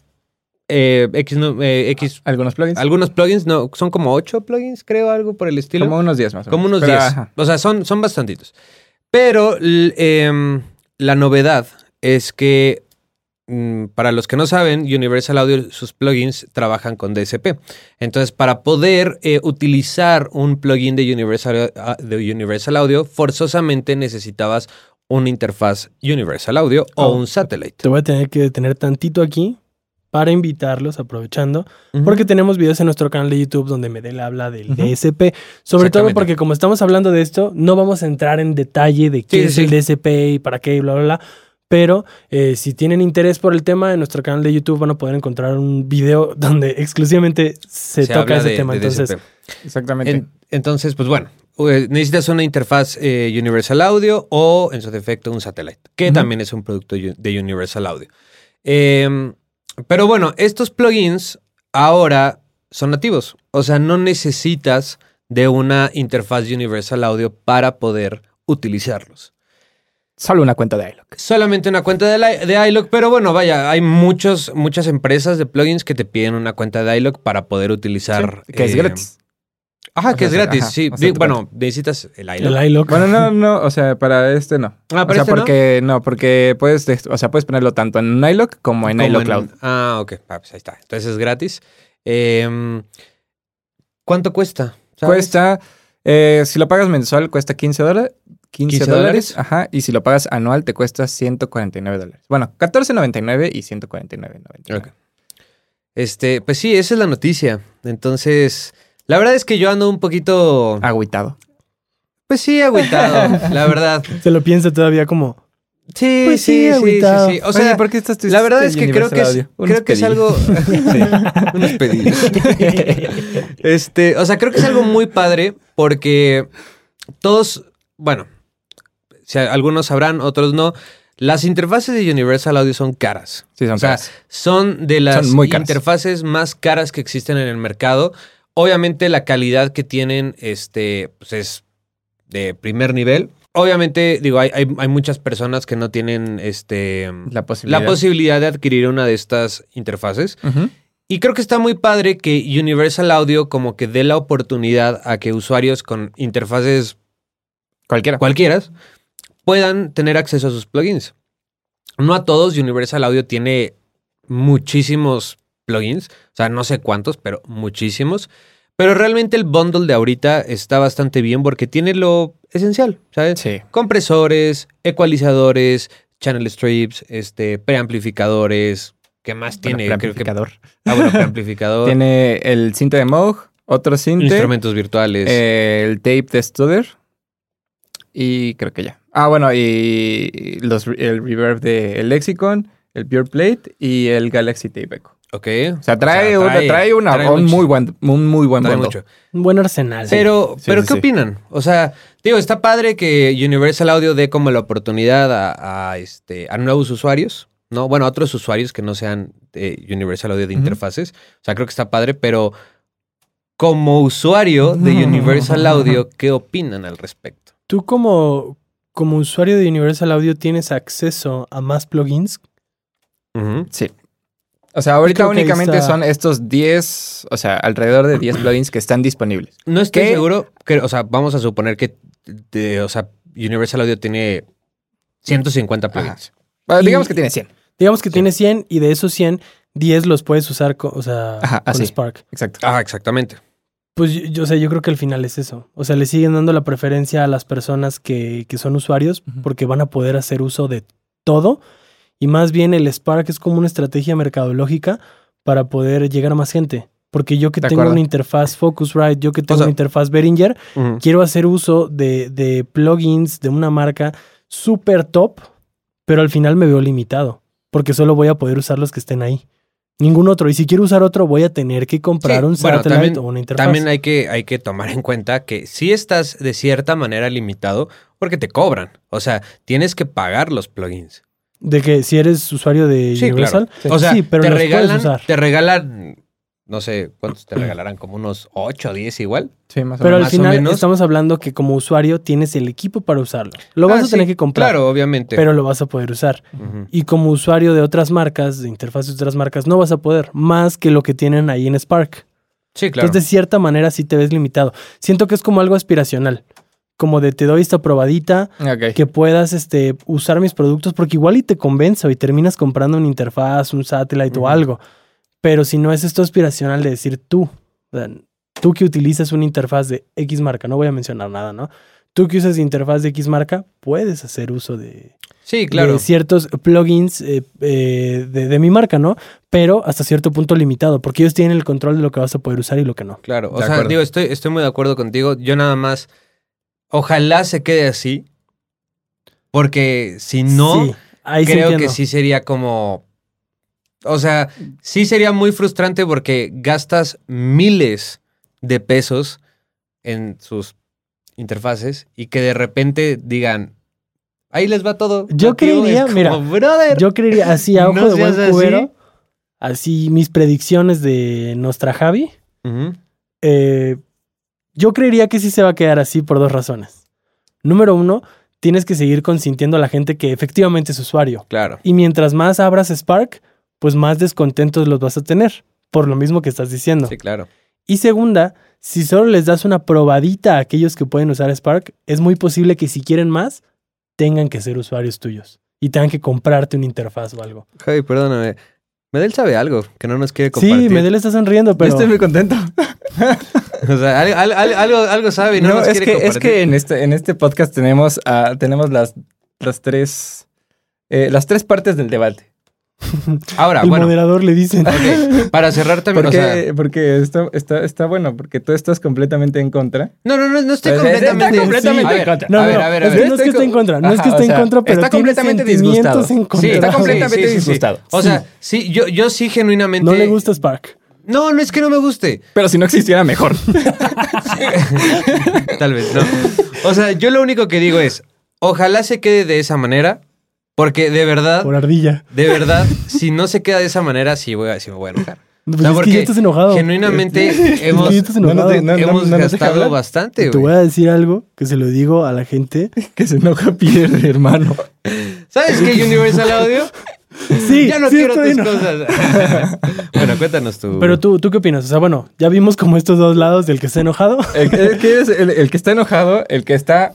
Speaker 1: eh, X, nu- eh, X-
Speaker 2: algunos plugins.
Speaker 1: algunos plugins, no, son como ocho plugins, creo, algo por el estilo.
Speaker 2: Como unos 10 más o menos.
Speaker 1: Como unos
Speaker 2: Pero,
Speaker 1: 10.
Speaker 2: ajá.
Speaker 1: O sea, son, son bastantitos. Pero l- em, la novedad es que, mm, para los que no saben, Universal Audio, sus plugins trabajan con DSP. Entonces, para poder eh, utilizar un plugin de Universal, ah, de Universal Audio, forzosamente necesitabas una interfaz Universal Audio o
Speaker 3: Oh.
Speaker 1: un satellite.
Speaker 3: Te voy a tener que detener tantito aquí para invitarlos, aprovechando,
Speaker 1: Ujú.
Speaker 3: porque tenemos videos en nuestro canal de YouTube donde Medel habla del
Speaker 2: Ujú.
Speaker 3: DSP. Sobre todo
Speaker 1: Exactamente.
Speaker 3: porque como estamos hablando de esto, no vamos a entrar en detalle de qué
Speaker 1: Sí,
Speaker 3: es
Speaker 1: sí.
Speaker 3: el DSP y para qué y bla, bla, bla. Pero eh, si tienen interés por el tema, en nuestro canal de YouTube van a poder encontrar un video *laughs* donde exclusivamente se, toca
Speaker 1: habla
Speaker 3: ese
Speaker 1: de-
Speaker 3: tema.
Speaker 1: de
Speaker 3: Entonces,
Speaker 1: DSP.
Speaker 2: Exactamente.
Speaker 1: En- entonces, pues bueno, eh, necesitas una interfaz eh, Universal Audio o, en su defecto, un satellite, que
Speaker 2: Ujú.
Speaker 1: también es un producto yu- de Universal Audio. Eh, pero bueno, estos plugins ahora son nativos. O sea, no necesitas de una interfaz Universal Audio para poder utilizarlos.
Speaker 2: Solo una cuenta de iLock.
Speaker 1: Solamente una cuenta de, la- de iLock, pero bueno, vaya, hay muchos, muchas empresas de plugins que te piden una cuenta de iLock para poder utilizar.
Speaker 2: Sí, que es
Speaker 1: eh, *laughs*
Speaker 2: gratis.
Speaker 1: Ajá,
Speaker 2: O
Speaker 1: que
Speaker 2: sea,
Speaker 1: es gratis,
Speaker 2: ajá,
Speaker 1: sí.
Speaker 2: o sea,
Speaker 1: Di-
Speaker 2: te-
Speaker 1: bueno, necesitas el iLock.
Speaker 3: el iLock.
Speaker 2: Bueno, no, no, o sea, para este no.
Speaker 1: Ah,
Speaker 2: o
Speaker 1: para
Speaker 2: sea,
Speaker 1: este no.
Speaker 2: porque no? porque puedes, des- o sea, puedes ponerlo tanto en un iLock como en
Speaker 1: Como
Speaker 2: iLock
Speaker 1: en-
Speaker 2: Cloud.
Speaker 1: Ah, ok. Ah, pues ahí está. Entonces es gratis. Eh, ¿Cuánto cuesta? ¿Sabes?
Speaker 2: Cuesta, eh, si lo pagas mensual, cuesta 15 dólares. 15,
Speaker 1: 15
Speaker 2: dólares.
Speaker 1: dólares.
Speaker 2: Ajá. Y si lo pagas anual, te cuesta 149 dólares. Bueno, 14.99 y 149.99.
Speaker 1: Ok. Este, pues sí, esa es la noticia. Entonces, la verdad es que yo ando un poquito,
Speaker 2: Agüitado.
Speaker 1: pues sí,
Speaker 2: *laughs*
Speaker 1: agüitado, la verdad.
Speaker 3: *laughs* Se lo piensa
Speaker 1: *laughs*
Speaker 3: todavía como...
Speaker 1: Sí,
Speaker 3: Pues sí,
Speaker 1: sí, sí, sí,
Speaker 3: agüitado.
Speaker 1: sí. O sea,
Speaker 2: Oye, ¿por qué estás
Speaker 1: la verdad es que creo que es,
Speaker 2: Universal Audio?
Speaker 1: creo que es algo... *laughs* unos pedidos. Este, o sea, creo que es algo muy padre porque todos, bueno, si a- algunos sabrán, otros no. Las interfaces de Universal Audio son caras.
Speaker 2: Sí, son
Speaker 1: O sea,
Speaker 2: caras.
Speaker 1: Son de las
Speaker 2: Son muy caras.
Speaker 1: interfaces más caras que existen en el mercado. Obviamente la calidad que tienen este, pues es de primer nivel. Obviamente, digo, hay, hay- hay muchas personas que no tienen este,
Speaker 2: la posibilidad.
Speaker 1: la posibilidad de adquirir una de estas interfaces.
Speaker 2: Ujú.
Speaker 1: Y creo que está muy padre que Universal Audio como que dé la oportunidad a que usuarios con interfaces
Speaker 2: Cualquiera.
Speaker 1: cualquiera puedan tener acceso a sus plugins. No a todos, Universal Audio tiene muchísimos plugins, o sea, no sé cuántos, pero muchísimos. Pero realmente el bundle de ahorita está bastante bien porque tiene lo esencial, ¿sabes?
Speaker 2: Sí.
Speaker 1: Compresores, ecualizadores, channel strips, este, preamplificadores, ¿qué más
Speaker 2: Bueno,
Speaker 1: tiene? Creo que
Speaker 2: preamplificador.
Speaker 1: Ah, bueno, preamplificador.
Speaker 2: Tiene el cinte de Moog, otro cinte,
Speaker 1: Instrumentos virtuales.
Speaker 2: eh, el tape de Studer y creo que ya. Ah, bueno, y los, re- el reverb de el Lexicon, el Pure Plate y el Galaxy Tape Echo.
Speaker 1: ok.
Speaker 2: O sea, trae,
Speaker 1: O sea,
Speaker 2: una- trae, una,
Speaker 1: trae
Speaker 2: un,
Speaker 1: mucho.
Speaker 2: muy buen, un muy buen
Speaker 1: Trae
Speaker 2: bundle.
Speaker 1: mucho.
Speaker 3: Un buen arsenal.
Speaker 1: Pero,
Speaker 2: sí,
Speaker 1: pero
Speaker 2: sí,
Speaker 1: ¿qué
Speaker 2: sí.
Speaker 1: opinan? O sea, digo, está padre que Universal Audio dé como la oportunidad a, a, este, a nuevos usuarios, ¿no? Bueno, a otros usuarios que no sean eh, Universal Audio de
Speaker 2: Ujú.
Speaker 1: interfaces. O sea, creo que está padre, pero como usuario de Universal Audio, ¿qué opinan al respecto?
Speaker 3: ¿Tú como, como usuario de Universal Audio tienes acceso a más plugins?
Speaker 1: Ujú.
Speaker 2: Sí. O sea, ahorita
Speaker 3: creo que ahí
Speaker 2: únicamente
Speaker 3: está-
Speaker 2: son estos 10, o sea, alrededor de 10 plugins que están disponibles.
Speaker 1: No estoy
Speaker 2: ¿Qué?
Speaker 1: seguro, que, o sea, vamos a suponer que de- o sea, Universal Audio tiene 150 plugins.
Speaker 2: Bueno,
Speaker 3: Y-
Speaker 2: digamos que tiene 100.
Speaker 3: Digamos que tienes 100 y de esos 100, 10 los puedes usar co- o sea,
Speaker 2: Ajá,
Speaker 3: con
Speaker 2: así.
Speaker 3: Spark.
Speaker 2: Exacto.
Speaker 1: Ah, exactamente.
Speaker 3: Pues yo, yo sé, yo creo que al final es eso. O sea, le siguen dando la preferencia a las personas que, que son usuarios
Speaker 2: Ujú.
Speaker 3: porque van a poder hacer uso de todo. Y más bien el Spark es como una estrategia mercadológica para poder llegar a más gente. Porque yo que
Speaker 2: De
Speaker 3: tengo
Speaker 2: acuerdo.
Speaker 3: una interfaz Focusrite, yo que tengo
Speaker 1: sea-
Speaker 3: una interfaz Behringer,
Speaker 1: Ujú.
Speaker 3: quiero hacer uso de, de plugins de una marca súper top, pero al final me veo limitado, porque solo voy a poder usar los que estén ahí. Ningún otro. Y si quiero usar otro, voy a tener que comprar
Speaker 1: Sí,
Speaker 3: un
Speaker 1: bueno,
Speaker 3: satellite
Speaker 1: también-
Speaker 3: o una interfaz.
Speaker 1: También hay que, hay que tomar en cuenta que si estás de cierta manera limitado porque te cobran. O sea, tienes que pagar los plugins.
Speaker 3: De que si eres usuario de
Speaker 1: Sí,
Speaker 3: Universal,
Speaker 1: claro. O sea,
Speaker 3: sí, pero
Speaker 1: te
Speaker 3: los puedes
Speaker 1: regalan,
Speaker 3: usar.
Speaker 1: te regalan, no sé cuántos te regalarán, como unos 8 o 10 igual.
Speaker 2: Sí, más o
Speaker 3: Pero al
Speaker 1: más
Speaker 2: menos.
Speaker 1: o
Speaker 3: final
Speaker 1: menos.
Speaker 3: estamos hablando que como usuario tienes el equipo para usarlo. Lo vas
Speaker 1: Ah,
Speaker 3: a
Speaker 1: sí,
Speaker 3: tener que comprar,
Speaker 1: Claro, obviamente.
Speaker 3: pero lo vas a poder usar.
Speaker 1: Ujú.
Speaker 3: Y como usuario de otras marcas, de interfaces de otras marcas, no vas a poder más que lo que tienen ahí en Spark.
Speaker 1: Sí, claro.
Speaker 3: Entonces, de cierta manera, sí te ves limitado. Siento que es como algo aspiracional. Como de te doy esta probadita,
Speaker 2: Ok.
Speaker 3: que puedas este, usar mis productos, porque igual y te convenzo y terminas comprando una interfaz, un satellite
Speaker 1: Ujú.
Speaker 3: o algo. Pero si no es esto aspiracional de decir tú, o sea, tú que utilizas una interfaz de X marca, no voy a mencionar nada, ¿no? Tú que usas interfaz de X marca, puedes hacer uso de,
Speaker 1: sí, claro.
Speaker 3: de ciertos plugins eh, eh, de, de mi marca, ¿no? Pero hasta cierto punto limitado, porque ellos tienen el control de lo que vas a poder usar y lo que no.
Speaker 1: Claro, o
Speaker 2: De
Speaker 1: sea,
Speaker 2: acuerdo.
Speaker 1: digo, estoy, estoy muy de acuerdo contigo. Yo nada más, ojalá se quede así, porque si no,
Speaker 3: Sí, ahí sí
Speaker 1: creo que
Speaker 3: entiendo.
Speaker 1: sí sería como, o sea, sí sería muy frustrante porque gastas miles de pesos en sus interfaces y que de repente digan, ahí les va todo.
Speaker 3: Yo
Speaker 1: a ti", es
Speaker 3: creería,
Speaker 1: como,
Speaker 3: mira,
Speaker 1: brother.
Speaker 3: Yo creería así a
Speaker 1: *laughs*
Speaker 3: ojo
Speaker 1: No
Speaker 3: de buen
Speaker 1: seas así.
Speaker 3: cubero, así mis predicciones de nuestra Javi.
Speaker 1: Ujú,
Speaker 3: eh, yo creería que sí se va a quedar así por dos razones. Número uno, tienes que seguir consintiendo a la gente que efectivamente es usuario.
Speaker 1: Claro.
Speaker 3: Y mientras más abras Spark, pues más descontentos los vas a tener, por lo mismo que estás diciendo.
Speaker 1: Sí, claro.
Speaker 3: Y segunda, si solo les das una probadita a aquellos que pueden usar Spark, es muy posible que si quieren más, tengan que ser usuarios tuyos y tengan que comprarte una interfaz o algo.
Speaker 1: Javi, perdóname. Medel sabe algo que no nos quiere compartir.
Speaker 3: Sí, Medel está sonriendo,
Speaker 2: Yo
Speaker 3: pero
Speaker 2: estoy
Speaker 1: *laughs*
Speaker 2: muy contento.
Speaker 1: O sea, al- al- al- algo, algo sabe y no,
Speaker 2: No,
Speaker 1: nos
Speaker 2: es,
Speaker 1: quiere
Speaker 2: que, es
Speaker 1: compartir.
Speaker 2: que en este, en este podcast tenemos, ah, tenemos las, las tres eh, las tres partes del debate.
Speaker 1: Ahora,
Speaker 3: el
Speaker 1: Ah, bueno,
Speaker 3: moderador le dicen.
Speaker 1: ok, para cerrar también, o
Speaker 2: porque pues,
Speaker 1: sea...
Speaker 2: porque esto está, está bueno, porque tú estás completamente en contra.
Speaker 1: No, no, no, no estoy
Speaker 2: Pues,
Speaker 1: completamente...
Speaker 2: está completamente
Speaker 1: A ver,
Speaker 2: en contra.
Speaker 3: No,
Speaker 1: a
Speaker 3: no,
Speaker 1: ver,
Speaker 3: no,
Speaker 1: a ver, a
Speaker 3: es que
Speaker 1: ver.
Speaker 3: no es
Speaker 2: Estoy
Speaker 3: que esté en
Speaker 2: con-
Speaker 3: contra, no es
Speaker 2: Ajá,
Speaker 3: que esté
Speaker 2: o sea,
Speaker 3: en contra, pero
Speaker 2: está
Speaker 3: tiene
Speaker 2: completamente
Speaker 3: sentimientos
Speaker 2: disgustado.
Speaker 3: en
Speaker 1: Sí,
Speaker 3: contra.
Speaker 2: Está completamente
Speaker 1: sí, sí, sí.
Speaker 2: disgustado.
Speaker 1: O sea, sí, yo, yo sí genuinamente...
Speaker 3: No le gusta Spark.
Speaker 1: No, no es que no me guste.
Speaker 2: Pero si no existiera, mejor.
Speaker 1: *laughs* Tal vez no. O sea, yo lo único que digo es, ojalá se quede de esa manera, porque de verdad,
Speaker 3: Por ardilla.
Speaker 1: de verdad, si no se queda de esa manera, sí, voy a, sí me voy a enojar.
Speaker 3: Pues
Speaker 1: No,
Speaker 3: es que
Speaker 1: porque
Speaker 3: ya estás enojado.
Speaker 1: Genuinamente
Speaker 3: Es
Speaker 1: hemos,
Speaker 3: que ya estás
Speaker 2: no, no
Speaker 3: enojado.
Speaker 2: te- no-
Speaker 1: hemos
Speaker 2: nos deja
Speaker 1: gastado
Speaker 2: hablar.
Speaker 1: bastante,
Speaker 3: Te
Speaker 1: güey.
Speaker 3: voy a decir algo que se lo digo a
Speaker 1: *laughs*
Speaker 3: la gente.
Speaker 2: que se enoja pierde, hermano. eh?
Speaker 1: ¿Sabes qué Universal Audio?
Speaker 3: Sí,
Speaker 1: ya no
Speaker 3: sí
Speaker 1: quiero
Speaker 3: estoy
Speaker 1: tus
Speaker 2: *laughs*
Speaker 3: enojado.
Speaker 1: cosas. bueno, cuéntanos tú.
Speaker 3: Pero tú, ¿tú qué opinas? O sea, bueno, ya vimos como estos dos lados del que está enojado.
Speaker 2: El, el que es el, el que está enojado, el que está.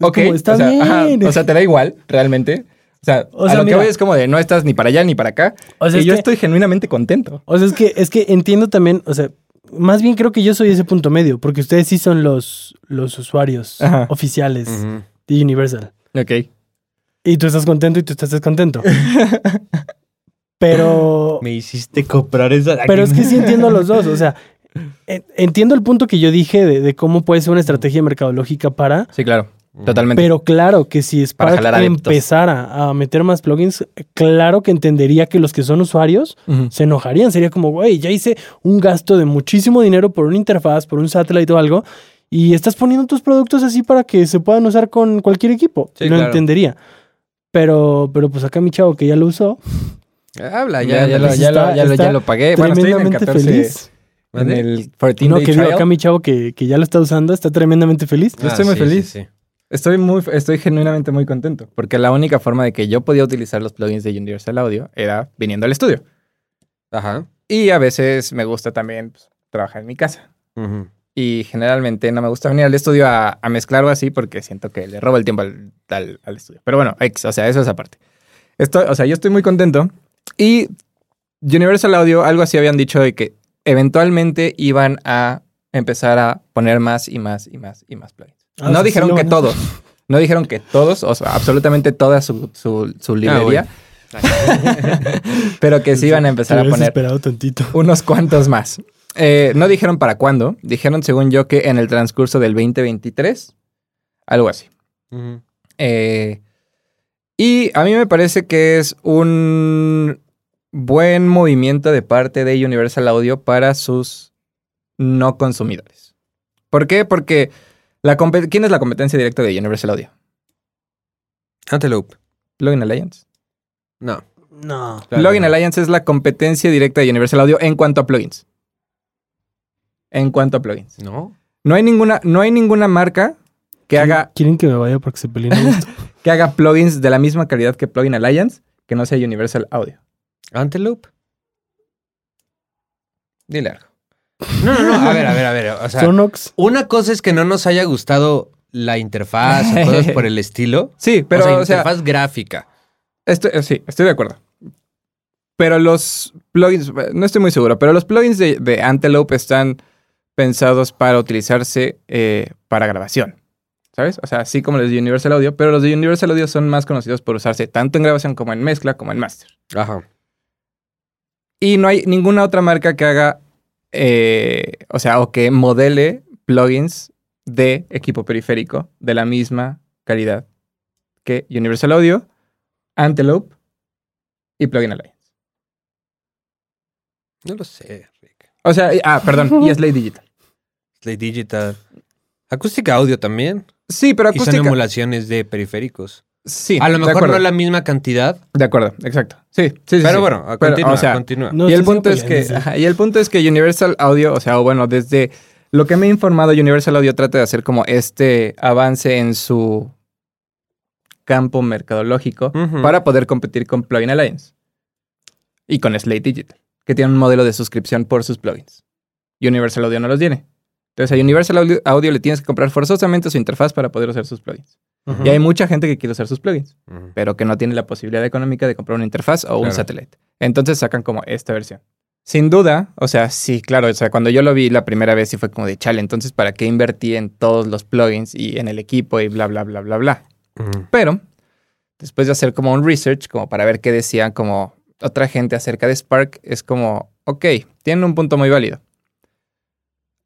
Speaker 2: Ok.
Speaker 3: como, está
Speaker 2: o sea,
Speaker 3: bien.
Speaker 2: ajá, o sea, te da igual, realmente. O sea,
Speaker 3: O
Speaker 2: a
Speaker 3: sea,
Speaker 2: lo
Speaker 3: mira.
Speaker 2: que voy es como de no estás ni para allá ni para acá.
Speaker 3: O sea,
Speaker 2: y
Speaker 3: es
Speaker 2: yo
Speaker 3: que-
Speaker 2: estoy genuinamente contento.
Speaker 3: O sea, es que, es que entiendo también, o sea, más bien creo que yo soy ese punto medio, porque ustedes sí son los, los usuarios
Speaker 2: Ajá.
Speaker 3: oficiales
Speaker 1: Ujú.
Speaker 3: de Universal.
Speaker 2: Ok.
Speaker 3: Y tú estás contento y tú estás descontento. Pero,
Speaker 1: Me hiciste comprar esa.
Speaker 3: pero es que sí entiendo los dos. O sea, en- entiendo el punto que yo dije de, de cómo puede ser una estrategia mercadológica para.
Speaker 2: Sí, claro. Totalmente.
Speaker 3: Pero claro que si
Speaker 2: Para
Speaker 3: Spark
Speaker 2: jalar adeptos.
Speaker 3: empezara a meter más plugins, claro que entendería que los que son usuarios
Speaker 2: Ujú.
Speaker 3: se enojarían. Sería como, güey, ya hice un gasto de muchísimo dinero por una interfaz, por un satélite o algo, y estás poniendo tus productos así para que se puedan usar con cualquier equipo.
Speaker 1: Sí,
Speaker 3: Lo
Speaker 1: claro.
Speaker 3: entendería. Pero, pero pues acá mi chavo que ya lo usó,
Speaker 1: Habla, ya,
Speaker 2: Ya, ya,
Speaker 1: ya.
Speaker 2: lo, ya, lo, ya, lo,
Speaker 3: pues Está-
Speaker 2: ya lo pagué. Eh, Bueno, estoy en el
Speaker 3: tremendamente
Speaker 2: 14.
Speaker 3: feliz.
Speaker 2: En
Speaker 1: ¿Mande?
Speaker 2: el 14
Speaker 3: No,
Speaker 2: day
Speaker 3: que digo,
Speaker 2: trial.
Speaker 3: acá mi chavo que, que ya lo está usando está tremendamente feliz.
Speaker 2: yo estoy muy
Speaker 1: Ah, sí, sí,
Speaker 2: feliz.
Speaker 1: sí.
Speaker 2: Estoy, muy, estoy genuinamente muy contento. Porque la única forma de que yo podía utilizar los plugins de Universal Audio era viniendo al estudio.
Speaker 1: Ajá.
Speaker 2: Y a veces me gusta también pues, trabajar en mi casa.
Speaker 1: Ujú.
Speaker 2: Y generalmente no me gusta venir al estudio a, a mezclar o así porque siento que le robo el tiempo al, al- al estudio. Pero bueno, ex, o sea, eso es aparte. Estoy, o sea, yo estoy muy contento. Y Universal Audio, algo así habían dicho de que eventualmente iban a empezar a poner más y más y más y más plugins.
Speaker 3: Ah, o
Speaker 2: no
Speaker 3: sea, sí
Speaker 2: dijeron
Speaker 3: lo
Speaker 2: que
Speaker 3: van a-
Speaker 2: todos. No dijeron que todos, o sea, absolutamente toda su, su, su librería, *laughs* pero que sí iban a empezar a
Speaker 3: Te hubieras
Speaker 2: poner
Speaker 3: esperado tantito.
Speaker 2: unos cuantos más. Eh, no dijeron para cuándo, dijeron según yo que en el transcurso del 2023, algo así.
Speaker 1: Ujú.
Speaker 2: Eh, y a mí me parece que es un buen movimiento de parte de Universal Audio para sus no consumidores. ¿Por qué? Porque la compe- ¿quién es la competencia directa de Universal Audio?
Speaker 1: Antelope.
Speaker 2: Plugin Alliance.
Speaker 1: No.
Speaker 3: No.
Speaker 2: Plugin Alliance es la competencia directa de Universal Audio en cuanto a plugins. En cuanto a plugins.
Speaker 1: No.
Speaker 2: No hay ninguna, no hay ninguna marca que haga,
Speaker 3: Quieren que me vaya porque se pelea
Speaker 2: *laughs*
Speaker 3: gusto.
Speaker 2: que haga plugins de la misma calidad que Plugin Alliance que no sea Universal Audio.
Speaker 1: Antelope. Dile algo. No, no, no. A ver, a ver, a ver. O sea,
Speaker 3: Sonox.
Speaker 1: una cosa es que no nos haya gustado la interfaz o cosas por el estilo.
Speaker 2: Sí, pero
Speaker 1: o sea,
Speaker 2: o sea,
Speaker 1: interfaz gráfica.
Speaker 2: estoy- eh, sí, estoy de acuerdo. Pero los plugins, eh, no estoy muy seguro, pero los plugins de, de Antelope están pensados para utilizarse eh, para grabación. ¿Sabes? O sea, así como los de Universal Audio, pero los de Universal Audio son más conocidos por usarse tanto en grabación como en mezcla, como en máster.
Speaker 1: Ajá.
Speaker 2: Y no hay ninguna otra marca que haga, eh, o sea, o que modele plugins de equipo periférico de la misma calidad que Universal Audio, Antelope y Plugin Alliance.
Speaker 1: No lo sé, Rick.
Speaker 2: O sea, y- ah, perdón, y Slate Digital.
Speaker 1: Slate Digital. Acústica audio también.
Speaker 2: Sí, pero
Speaker 1: Y son
Speaker 2: acústica.
Speaker 1: emulaciones de periféricos.
Speaker 2: Sí,
Speaker 1: a lo
Speaker 2: de
Speaker 1: mejor
Speaker 2: acuerdo,
Speaker 1: no la misma cantidad,
Speaker 2: De acuerdo, exacto. Sí, sí, sí.
Speaker 1: pero
Speaker 2: sí.
Speaker 1: bueno, a-
Speaker 2: Pero,
Speaker 1: continúa,
Speaker 2: o sea,
Speaker 1: continúa.
Speaker 3: No,
Speaker 2: y el
Speaker 3: sí, sí,
Speaker 2: punto es que
Speaker 3: peleando, sí.
Speaker 2: ajá, y el punto es que Universal Audio, o sea, o bueno, desde lo que me he informado, Universal Audio trata de hacer como este avance en su campo mercadológico
Speaker 1: Ujú.
Speaker 2: para poder competir con Plugin Alliance y con Slate Digital, que tiene un modelo de suscripción por sus plugins. Universal Audio no los tiene. Entonces a Universal Audio, Audio le tienes que comprar forzosamente su interfaz para poder usar sus plugins.
Speaker 1: Ujú.
Speaker 2: Y hay mucha gente que quiere usar sus plugins
Speaker 1: Ujú.
Speaker 2: pero que no tiene la posibilidad económica de comprar una interfaz o un
Speaker 1: Claro.
Speaker 2: satélite. Entonces sacan como esta versión. Sin duda, o sea, sí, claro, o sea, cuando yo lo vi la primera vez sí fue como de chale, entonces ¿para qué invertí en todos los plugins y en el equipo y bla, bla, bla, bla, bla?
Speaker 1: Ujú.
Speaker 2: Pero después de hacer como un research, como para ver qué decían como otra gente acerca de Spark, es como, ok, tienen un punto muy válido.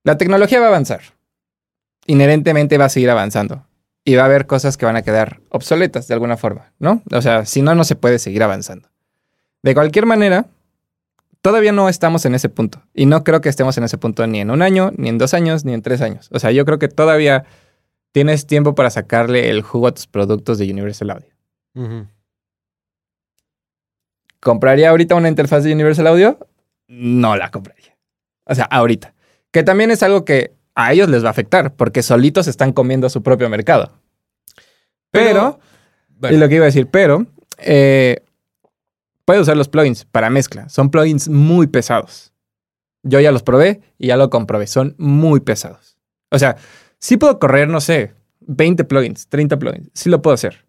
Speaker 2: La tecnología va a avanzar. Inherentemente va a seguir avanzando. Y va a haber cosas que van a quedar obsoletas de alguna forma, ¿no? O sea, si no, no se puede seguir avanzando. De cualquier manera, todavía no estamos en ese punto. Y no creo que estemos en ese punto ni en un año, ni en dos años, ni en tres años. O sea, yo creo que todavía tienes tiempo para sacarle el jugo a tus productos de Universal Audio.
Speaker 1: Ujú.
Speaker 2: ¿Compraría ahorita una interfaz de Universal Audio? No la compraría. O sea, ahorita. Que también es algo que a ellos les va a afectar, porque solitos están comiendo su propio mercado. Pero,
Speaker 1: bueno,
Speaker 2: y lo que iba a decir, pero, eh, puedes usar los plugins para mezcla. Son plugins muy pesados. Yo ya los probé y ya lo comprobé. Son muy pesados. O sea, sí puedo correr, no sé, 20 plugins, 30 plugins. Sí lo puedo hacer.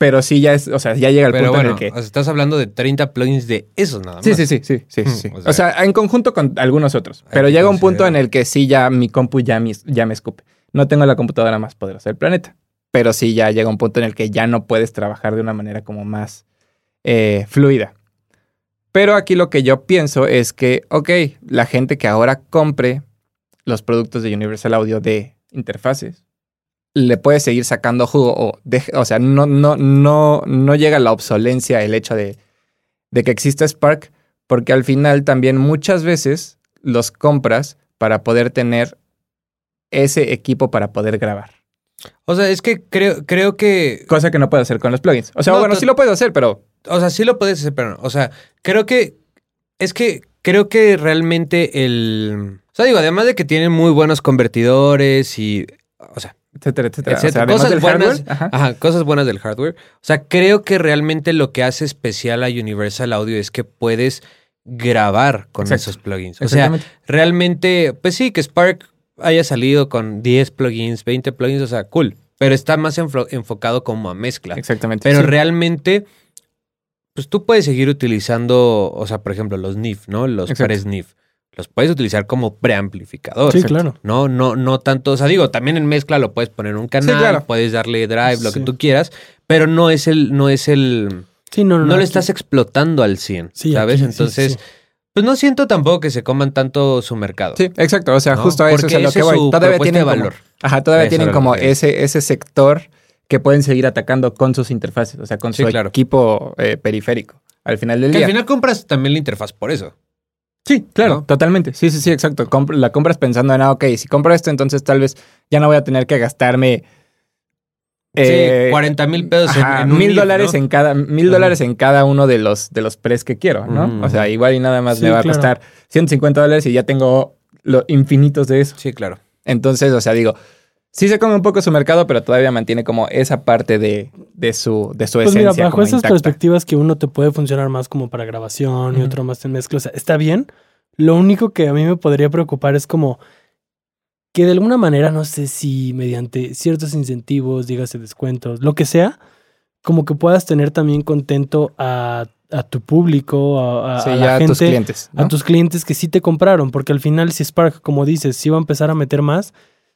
Speaker 2: Pero sí ya es, o sea, ya llega el
Speaker 1: pero
Speaker 2: punto
Speaker 1: bueno,
Speaker 2: en el que...
Speaker 1: o sea, estás hablando de 30 plugins de esos nada más.
Speaker 2: Sí, sí, sí, sí, sí,
Speaker 1: Mm,
Speaker 2: sí.
Speaker 1: *laughs* o sea-
Speaker 2: O sea, en conjunto con algunos otros.
Speaker 1: Hay
Speaker 2: Pero
Speaker 1: que
Speaker 2: llega un punto en
Speaker 1: considerar.
Speaker 2: el que sí ya mi compu ya, mis- ya me escupe. No tengo la computadora más poderosa del planeta. Pero sí ya llega un punto en el que ya no puedes trabajar de una manera como más eh, fluida. Pero aquí lo que yo pienso es que, ok, la gente que ahora compre los productos de Universal Audio de interfaces, le puede seguir sacando jugo. O, deje- o sea, no, no, no, no llega a la obsolencia el hecho de, de que exista Spark, porque al final también muchas veces los compras para poder tener ese equipo para poder grabar.
Speaker 1: O sea, es que creo, creo que.
Speaker 2: Cosa que no puedes hacer con los plugins. O sea,
Speaker 1: No,
Speaker 2: bueno,
Speaker 1: to-
Speaker 2: sí lo puedes hacer, pero
Speaker 1: O sea, sí lo puedes hacer, pero no. O sea, creo que. Es que creo que realmente el. O sea, digo, además de que tienen muy buenos convertidores y. O sea,
Speaker 2: etcétera, etcétera. O sea,
Speaker 1: etcétera,
Speaker 2: además
Speaker 1: cosas
Speaker 2: del
Speaker 1: buenas.
Speaker 2: hardware, ajá.
Speaker 1: ajá, cosas buenas del hardware. O sea, creo que realmente lo que hace especial a Universal Audio es que puedes grabar con
Speaker 2: Exacto.
Speaker 1: esos plugins. O sea,
Speaker 2: Exactamente.
Speaker 1: realmente, pues sí, que Spark haya salido con 10 plugins, 20 plugins, o sea, cool. Pero está más enfo- enfocado como a mezcla.
Speaker 2: Exactamente.
Speaker 1: Pero
Speaker 2: sí.
Speaker 1: realmente, pues tú puedes seguir utilizando, o sea, por ejemplo, los NIF, ¿no? Los
Speaker 2: Exacto.
Speaker 1: pre-NIF. Los puedes utilizar como preamplificador.
Speaker 3: Sí, claro.
Speaker 1: No, no, no tanto. O sea, digo, también en mezcla lo puedes poner en un canal,
Speaker 2: claro.
Speaker 1: puedes darle drive, lo
Speaker 3: Sí.
Speaker 1: que tú quieras, pero no es el, no es el.
Speaker 3: Sí, no,
Speaker 1: No,
Speaker 3: no.
Speaker 1: lo
Speaker 3: aquí-
Speaker 1: estás explotando al 100,
Speaker 3: Sí,
Speaker 1: ¿sabes?
Speaker 3: aquí, sí,
Speaker 1: Entonces,
Speaker 3: sí.
Speaker 1: pues no siento tampoco que se coman tanto su mercado.
Speaker 2: Sí, exacto. O sea,
Speaker 1: No,
Speaker 2: justo a eso es
Speaker 1: porque
Speaker 2: a lo
Speaker 1: esa
Speaker 2: que
Speaker 1: es
Speaker 2: voy.
Speaker 1: su
Speaker 2: Todavía
Speaker 1: propuesta
Speaker 2: tienen
Speaker 1: de
Speaker 2: como-
Speaker 1: valor.
Speaker 2: ajá, todavía
Speaker 1: Eso
Speaker 2: tienen
Speaker 1: era lo
Speaker 2: como
Speaker 1: que-
Speaker 2: ese, ese sector que pueden seguir atacando con sus interfaces, o sea, con
Speaker 1: Sí,
Speaker 2: su
Speaker 1: claro.
Speaker 2: equipo eh, periférico. Al final del
Speaker 1: Que al
Speaker 2: día.
Speaker 1: final compras también la interfaz por eso.
Speaker 2: Sí, claro,
Speaker 1: ¿no?
Speaker 2: totalmente. Sí, sí, sí, exacto. Comp- la compras pensando en, ah, ok, si compro esto, entonces tal vez ya no voy a tener que gastarme. eh,
Speaker 1: sí, 40 mil pesos en-
Speaker 2: ajá,
Speaker 1: en un
Speaker 2: mil
Speaker 1: NIF,
Speaker 2: dólares
Speaker 1: ¿no?
Speaker 2: en cada mil
Speaker 1: Ajá.
Speaker 2: dólares en cada uno de los de los pres que quiero, ¿no?
Speaker 1: Ujú.
Speaker 2: O sea, igual y nada más
Speaker 3: Mm. Sí,
Speaker 2: me va a
Speaker 3: claro.
Speaker 2: costar 150 dólares y ya tengo los infinitos de eso.
Speaker 1: Sí, claro.
Speaker 2: Entonces, o sea, digo, sí se come un poco su mercado, pero todavía mantiene como esa parte de, de su, de su
Speaker 3: Pues
Speaker 2: esencia.
Speaker 3: mira, bajo
Speaker 2: como
Speaker 3: esas
Speaker 2: intacta.
Speaker 3: perspectivas que uno te puede funcionar más como para grabación y
Speaker 2: Ujú.
Speaker 3: otro más en mezcla, o sea, está bien. Lo único que a mí me podría preocupar es como que de alguna manera, no sé si mediante ciertos incentivos, dígase descuentos, lo que sea, como que puedas tener también contento a, a tu público, a, a-
Speaker 2: Sí,
Speaker 3: a la
Speaker 2: ya a
Speaker 3: gente,
Speaker 2: tus clientes. ¿no?
Speaker 3: a tus clientes que sí te compraron, porque al final si Spark, como dices, sí va a empezar a meter más,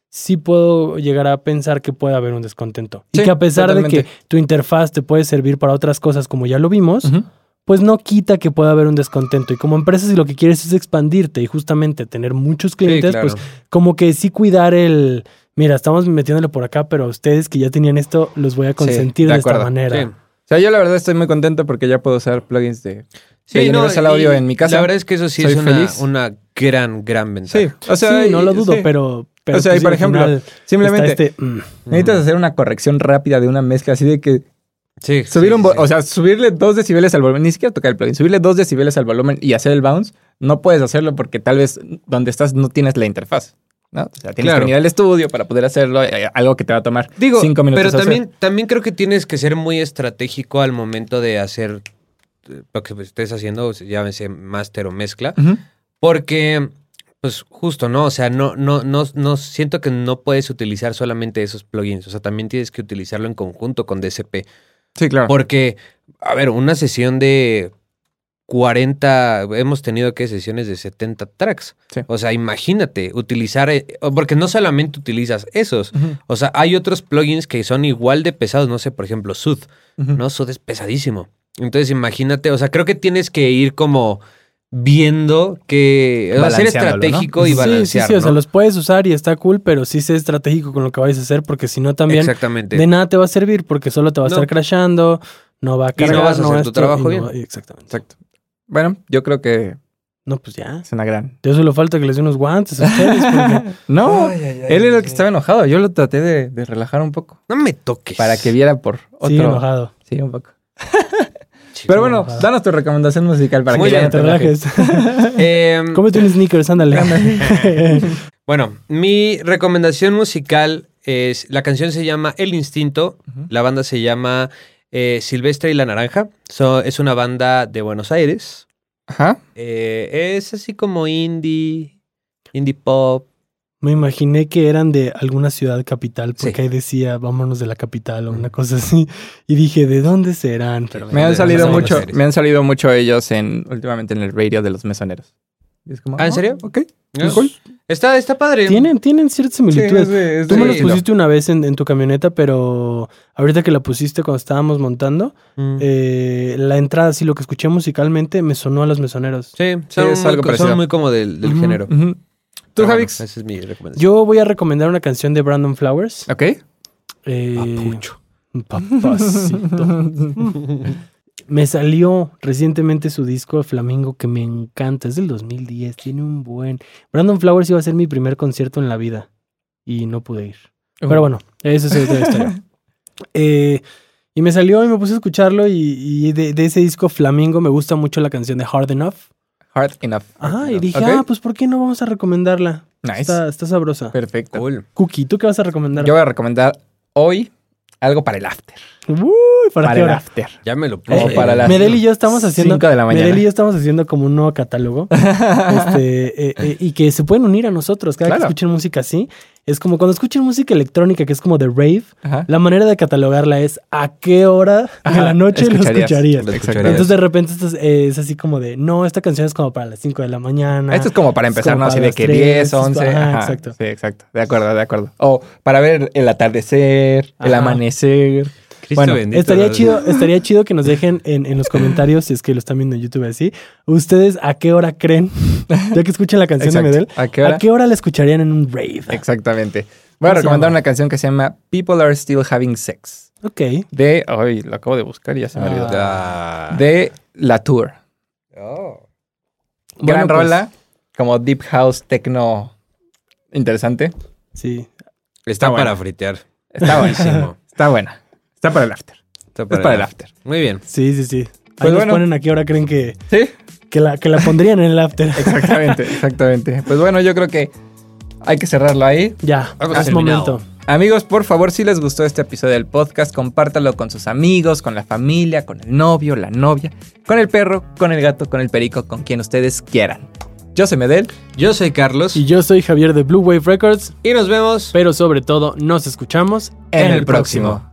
Speaker 3: sí puedo llegar a pensar que puede haber un descontento.
Speaker 2: Sí,
Speaker 3: y que a pesar de que
Speaker 2: totalmente.
Speaker 3: tu interfaz te puede servir para otras cosas, como ya lo vimos,
Speaker 2: Ujú.
Speaker 3: pues no quita que pueda haber un descontento. Y como empresa, si lo que quieres es expandirte y justamente tener muchos clientes,
Speaker 1: Sí, claro.
Speaker 3: pues como que sí cuidar el... Mira, estamos metiéndole por acá, pero a ustedes que ya tenían esto, los voy a consentir
Speaker 2: de
Speaker 3: de, esta
Speaker 2: acuerdo.
Speaker 3: manera.
Speaker 1: Sí.
Speaker 2: O sea, yo la verdad estoy muy contento porque ya puedo usar plugins de, de Universal Audio
Speaker 1: y
Speaker 2: en mi casa.
Speaker 1: La verdad es que eso sí
Speaker 2: Soy
Speaker 1: es una,
Speaker 2: feliz.
Speaker 1: una gran, gran ventaja.
Speaker 2: sí, o sea,
Speaker 3: Sí, no lo
Speaker 2: y-
Speaker 3: dudo,
Speaker 2: sí.
Speaker 3: pero, pero...
Speaker 2: O sea, y
Speaker 3: pues,
Speaker 2: por
Speaker 3: al
Speaker 2: ejemplo,
Speaker 3: final está
Speaker 2: simplemente
Speaker 3: este, mm.
Speaker 2: necesitas
Speaker 1: Ujú.
Speaker 2: hacer una corrección rápida de una mezcla así de que
Speaker 1: Sí,
Speaker 2: subir
Speaker 1: sí,
Speaker 2: un,
Speaker 1: sí,
Speaker 2: vo-
Speaker 1: sí.
Speaker 2: o sea, subirle dos decibeles al volumen, ni siquiera tocar el plugin, subirle dos decibeles al volumen y hacer el bounce, no puedes hacerlo porque tal vez donde estás no tienes la interfaz. ¿no? O sea, tienes que
Speaker 1: Claro.
Speaker 2: venir al estudio para poder hacerlo, eh, algo que te va a tomar
Speaker 1: Digo,
Speaker 2: cinco minutos.
Speaker 1: pero
Speaker 2: hacer.
Speaker 1: también, también creo que tienes que ser muy estratégico al momento de hacer eh, lo que estés haciendo, o sea, llámese máster o mezcla,
Speaker 2: Ujú.
Speaker 1: porque, pues justo, ¿no? O sea, no, no, no, no, siento que no puedes utilizar solamente esos plugins, o sea, también tienes que utilizarlo en conjunto con DSP.
Speaker 2: Sí, claro.
Speaker 1: *laughs* Porque, a ver, una sesión de 40, hemos tenido que sesiones de 70 tracks.
Speaker 2: Sí.
Speaker 1: O sea, imagínate utilizar, eh, porque no solamente utilizas esos.
Speaker 2: Ujú,
Speaker 1: O sea, hay otros plugins que son igual de pesados, no sé, por ejemplo, Sooth,
Speaker 2: ujú.
Speaker 1: ¿no? Sooth es pesadísimo. Entonces, imagínate, o sea, creo que tienes que ir como viendo que, o sea, ser
Speaker 2: Balanceándolo, ¿no?
Speaker 1: estratégico y
Speaker 3: Sí, Sí,
Speaker 1: balancear,
Speaker 3: sí, o sea,
Speaker 1: ¿no?
Speaker 3: los puedes usar y está cool, pero sí sé estratégico con lo que vayas a hacer, porque si no también
Speaker 1: Exactamente.
Speaker 3: de nada te va a servir, porque solo te va a
Speaker 1: No.
Speaker 3: estar crashando, no va a
Speaker 1: Y no
Speaker 3: cargar,
Speaker 1: vas a hacer tu
Speaker 3: esto,
Speaker 1: trabajo
Speaker 3: y
Speaker 1: bien.
Speaker 3: no va- exactamente.
Speaker 2: Exacto. Bueno, yo creo que
Speaker 3: No, pues ya.
Speaker 2: es una gran.
Speaker 3: Yo solo falta que les dé unos
Speaker 1: *laughs*
Speaker 3: guantes a ustedes. porque-
Speaker 2: No,
Speaker 1: Ay, ay, ay,
Speaker 2: Oh, él era el
Speaker 1: ay,
Speaker 2: que
Speaker 1: ay.
Speaker 2: estaba enojado. Yo lo traté de, de relajar un poco
Speaker 1: No me toques.
Speaker 2: para que viera por otro.
Speaker 3: sí, enojado.
Speaker 2: Sí, un poco. Pero bueno,
Speaker 3: enojado.
Speaker 2: danos tu recomendación musical para
Speaker 1: Muy
Speaker 2: que ya
Speaker 1: bien,
Speaker 2: no
Speaker 3: te
Speaker 2: relajes.
Speaker 3: relajes. *laughs*
Speaker 2: eh,
Speaker 1: Em,
Speaker 3: Cómete un
Speaker 1: *laughs*
Speaker 3: sneakers, ándale.
Speaker 1: Bueno, mi recomendación musical es. La canción se llama El Instinto.
Speaker 2: Ujú.
Speaker 1: La banda se llama eh, Silvestre y la Naranja. So- es una banda de Buenos Aires.
Speaker 2: Ajá.
Speaker 1: Eh, es así como indie, indie pop.
Speaker 3: Me imaginé que eran de alguna ciudad capital, porque
Speaker 1: Sí.
Speaker 3: ahí decía vámonos de la capital o una cosa así. Y dije, ¿de dónde serán? Pero
Speaker 2: Me han
Speaker 1: Buenos
Speaker 2: salido
Speaker 1: Aires.
Speaker 2: mucho,
Speaker 1: Buenos
Speaker 2: me han salido mucho ellos en últimamente en el radio de los mesoneros. Y es como,
Speaker 1: Ah, ¿en serio?
Speaker 2: Ok.
Speaker 1: ¿no?
Speaker 2: Cool.
Speaker 1: Está, está padre.
Speaker 3: tienen, tienen ciertas
Speaker 2: Sí,
Speaker 3: similitudes.
Speaker 2: es de- es
Speaker 3: Tú me
Speaker 2: de
Speaker 3: los
Speaker 2: estilo.
Speaker 3: pusiste una vez en, en tu camioneta, pero ahorita que la pusiste cuando estábamos montando,
Speaker 1: Mm.
Speaker 3: eh, la entrada, sí, lo que escuché musicalmente me sonó a los mesoneros.
Speaker 1: sí, son,
Speaker 2: es
Speaker 1: muy, co-
Speaker 2: algo
Speaker 1: son
Speaker 2: parecido.
Speaker 1: muy como del, del
Speaker 3: Ujú.
Speaker 1: género.
Speaker 2: Ujú. ¿Tú,
Speaker 1: Pero Ah, bueno, pues,
Speaker 2: Javix?
Speaker 1: esa es mi recomendación.
Speaker 3: Yo voy a recomendar una canción de Brandon Flowers.
Speaker 2: Ok.
Speaker 3: eh,
Speaker 1: Papucho.
Speaker 3: Papacito.
Speaker 2: *laughs*
Speaker 3: me salió recientemente su disco Flamingo que me encanta. Es del 2010, tiene un buen. Brandon Flowers iba a ser mi primer concierto en la vida y no pude ir. Pero
Speaker 2: Oh.
Speaker 3: bueno, eso es otra historia. Eh, y me salió y me puse a escucharlo y, y de, de ese disco Flamingo me gusta mucho la canción de Hard Enough.
Speaker 2: Hard enough.
Speaker 3: Ajá, y
Speaker 2: Hard
Speaker 3: dije,
Speaker 2: enough.
Speaker 3: ah,
Speaker 2: Ok,
Speaker 3: pues ¿por qué no vamos a recomendarla?
Speaker 2: Nice.
Speaker 3: Está, está sabrosa.
Speaker 2: Perfecto.
Speaker 1: pues Cool.
Speaker 3: Cookie, ¿tú qué vas a recomendar?
Speaker 2: Yo voy a recomendar hoy algo para el after.
Speaker 3: Uy, ¿para,
Speaker 2: Para
Speaker 3: qué
Speaker 2: el
Speaker 3: hora?
Speaker 2: after.
Speaker 1: Ya me lo puse.
Speaker 2: Como
Speaker 3: Eh,
Speaker 2: para las
Speaker 3: Medel y yo estamos haciendo.
Speaker 2: cinco de la mañana.
Speaker 3: Medel y yo estamos haciendo como un
Speaker 2: *laughs*
Speaker 3: nuevo catálogo. este, eh, eh, y que se pueden unir a nosotros. Cada que
Speaker 2: Claro.
Speaker 3: escuchen música así. Es como cuando escuchen música electrónica, que es como de rave,
Speaker 2: Ajá.
Speaker 3: la manera de catalogarla es a qué hora de
Speaker 2: Ajá,
Speaker 3: la noche lo
Speaker 2: escucharías.
Speaker 3: escucharías.
Speaker 1: Lo
Speaker 2: Exacto.
Speaker 1: escucharías.
Speaker 3: Entonces de repente esto es, eh, es así como de, no, esta canción es como para las 5 de la mañana.
Speaker 2: Esto es como para
Speaker 3: Es
Speaker 2: empezar,
Speaker 3: como
Speaker 2: ¿no? Así
Speaker 3: para
Speaker 2: de
Speaker 3: las
Speaker 2: que
Speaker 3: tres,
Speaker 2: 10, 11.
Speaker 3: ajá,
Speaker 2: ajá,
Speaker 3: exacto.
Speaker 2: Sí, exacto. De acuerdo, de acuerdo. O para ver el atardecer, el
Speaker 3: Ajá.
Speaker 2: amanecer.
Speaker 1: Cristo
Speaker 2: Bueno,
Speaker 1: bendito,
Speaker 3: Estaría
Speaker 1: ¿no?
Speaker 2: *laughs*
Speaker 3: chido, estaría chido que nos dejen en, en los comentarios, si es que lo están viendo en YouTube así, ustedes a qué hora creen, ya que escuchan la canción
Speaker 2: Exacto.
Speaker 3: de Medel,
Speaker 2: ¿A qué hora? Eh,
Speaker 3: ¿a qué hora la escucharían en un rave?
Speaker 2: Exactamente. Voy a
Speaker 3: ¿Cómo se
Speaker 2: recomendar
Speaker 3: llama?
Speaker 2: una canción que se llama People Are Still Having Sex.
Speaker 3: Ok.
Speaker 2: De. Ay, lo acabo de buscar y ya se me
Speaker 3: Ah.
Speaker 2: olvidó.
Speaker 1: Ah.
Speaker 2: De La Tour.
Speaker 1: Oh.
Speaker 3: Bueno,
Speaker 2: Gran
Speaker 3: pues,
Speaker 2: rola. Como Deep House Techno. Interesante.
Speaker 3: Sí.
Speaker 1: Está
Speaker 2: Ah, bueno.
Speaker 1: para fritear.
Speaker 2: Está buenísimo. Está buena. Está para el after.
Speaker 1: Está
Speaker 2: Es para el after.
Speaker 1: Muy bien.
Speaker 3: Sí, sí, sí. Ahí
Speaker 2: Pues
Speaker 3: nos
Speaker 2: bueno.
Speaker 3: ponen a qué hora creen que,
Speaker 2: Sí.
Speaker 3: que, la, que la pondrían en el after.
Speaker 2: Exactamente, exactamente. Pues bueno, yo creo que hay que cerrarlo ahí.
Speaker 3: *laughs* ya,
Speaker 1: Hemos
Speaker 3: es
Speaker 1: terminado.
Speaker 3: momento.
Speaker 2: Amigos, por favor, si les gustó este episodio del podcast, compártalo con sus amigos, con la familia, con el novio, la novia, con el perro, con el gato, con el perico, con quien ustedes quieran. Yo soy Medel.
Speaker 1: Yo soy Carlos
Speaker 3: Y yo soy Javier de Blue Wave Records,
Speaker 1: y nos vemos
Speaker 3: pero sobre todo nos escuchamos
Speaker 2: En el próximo.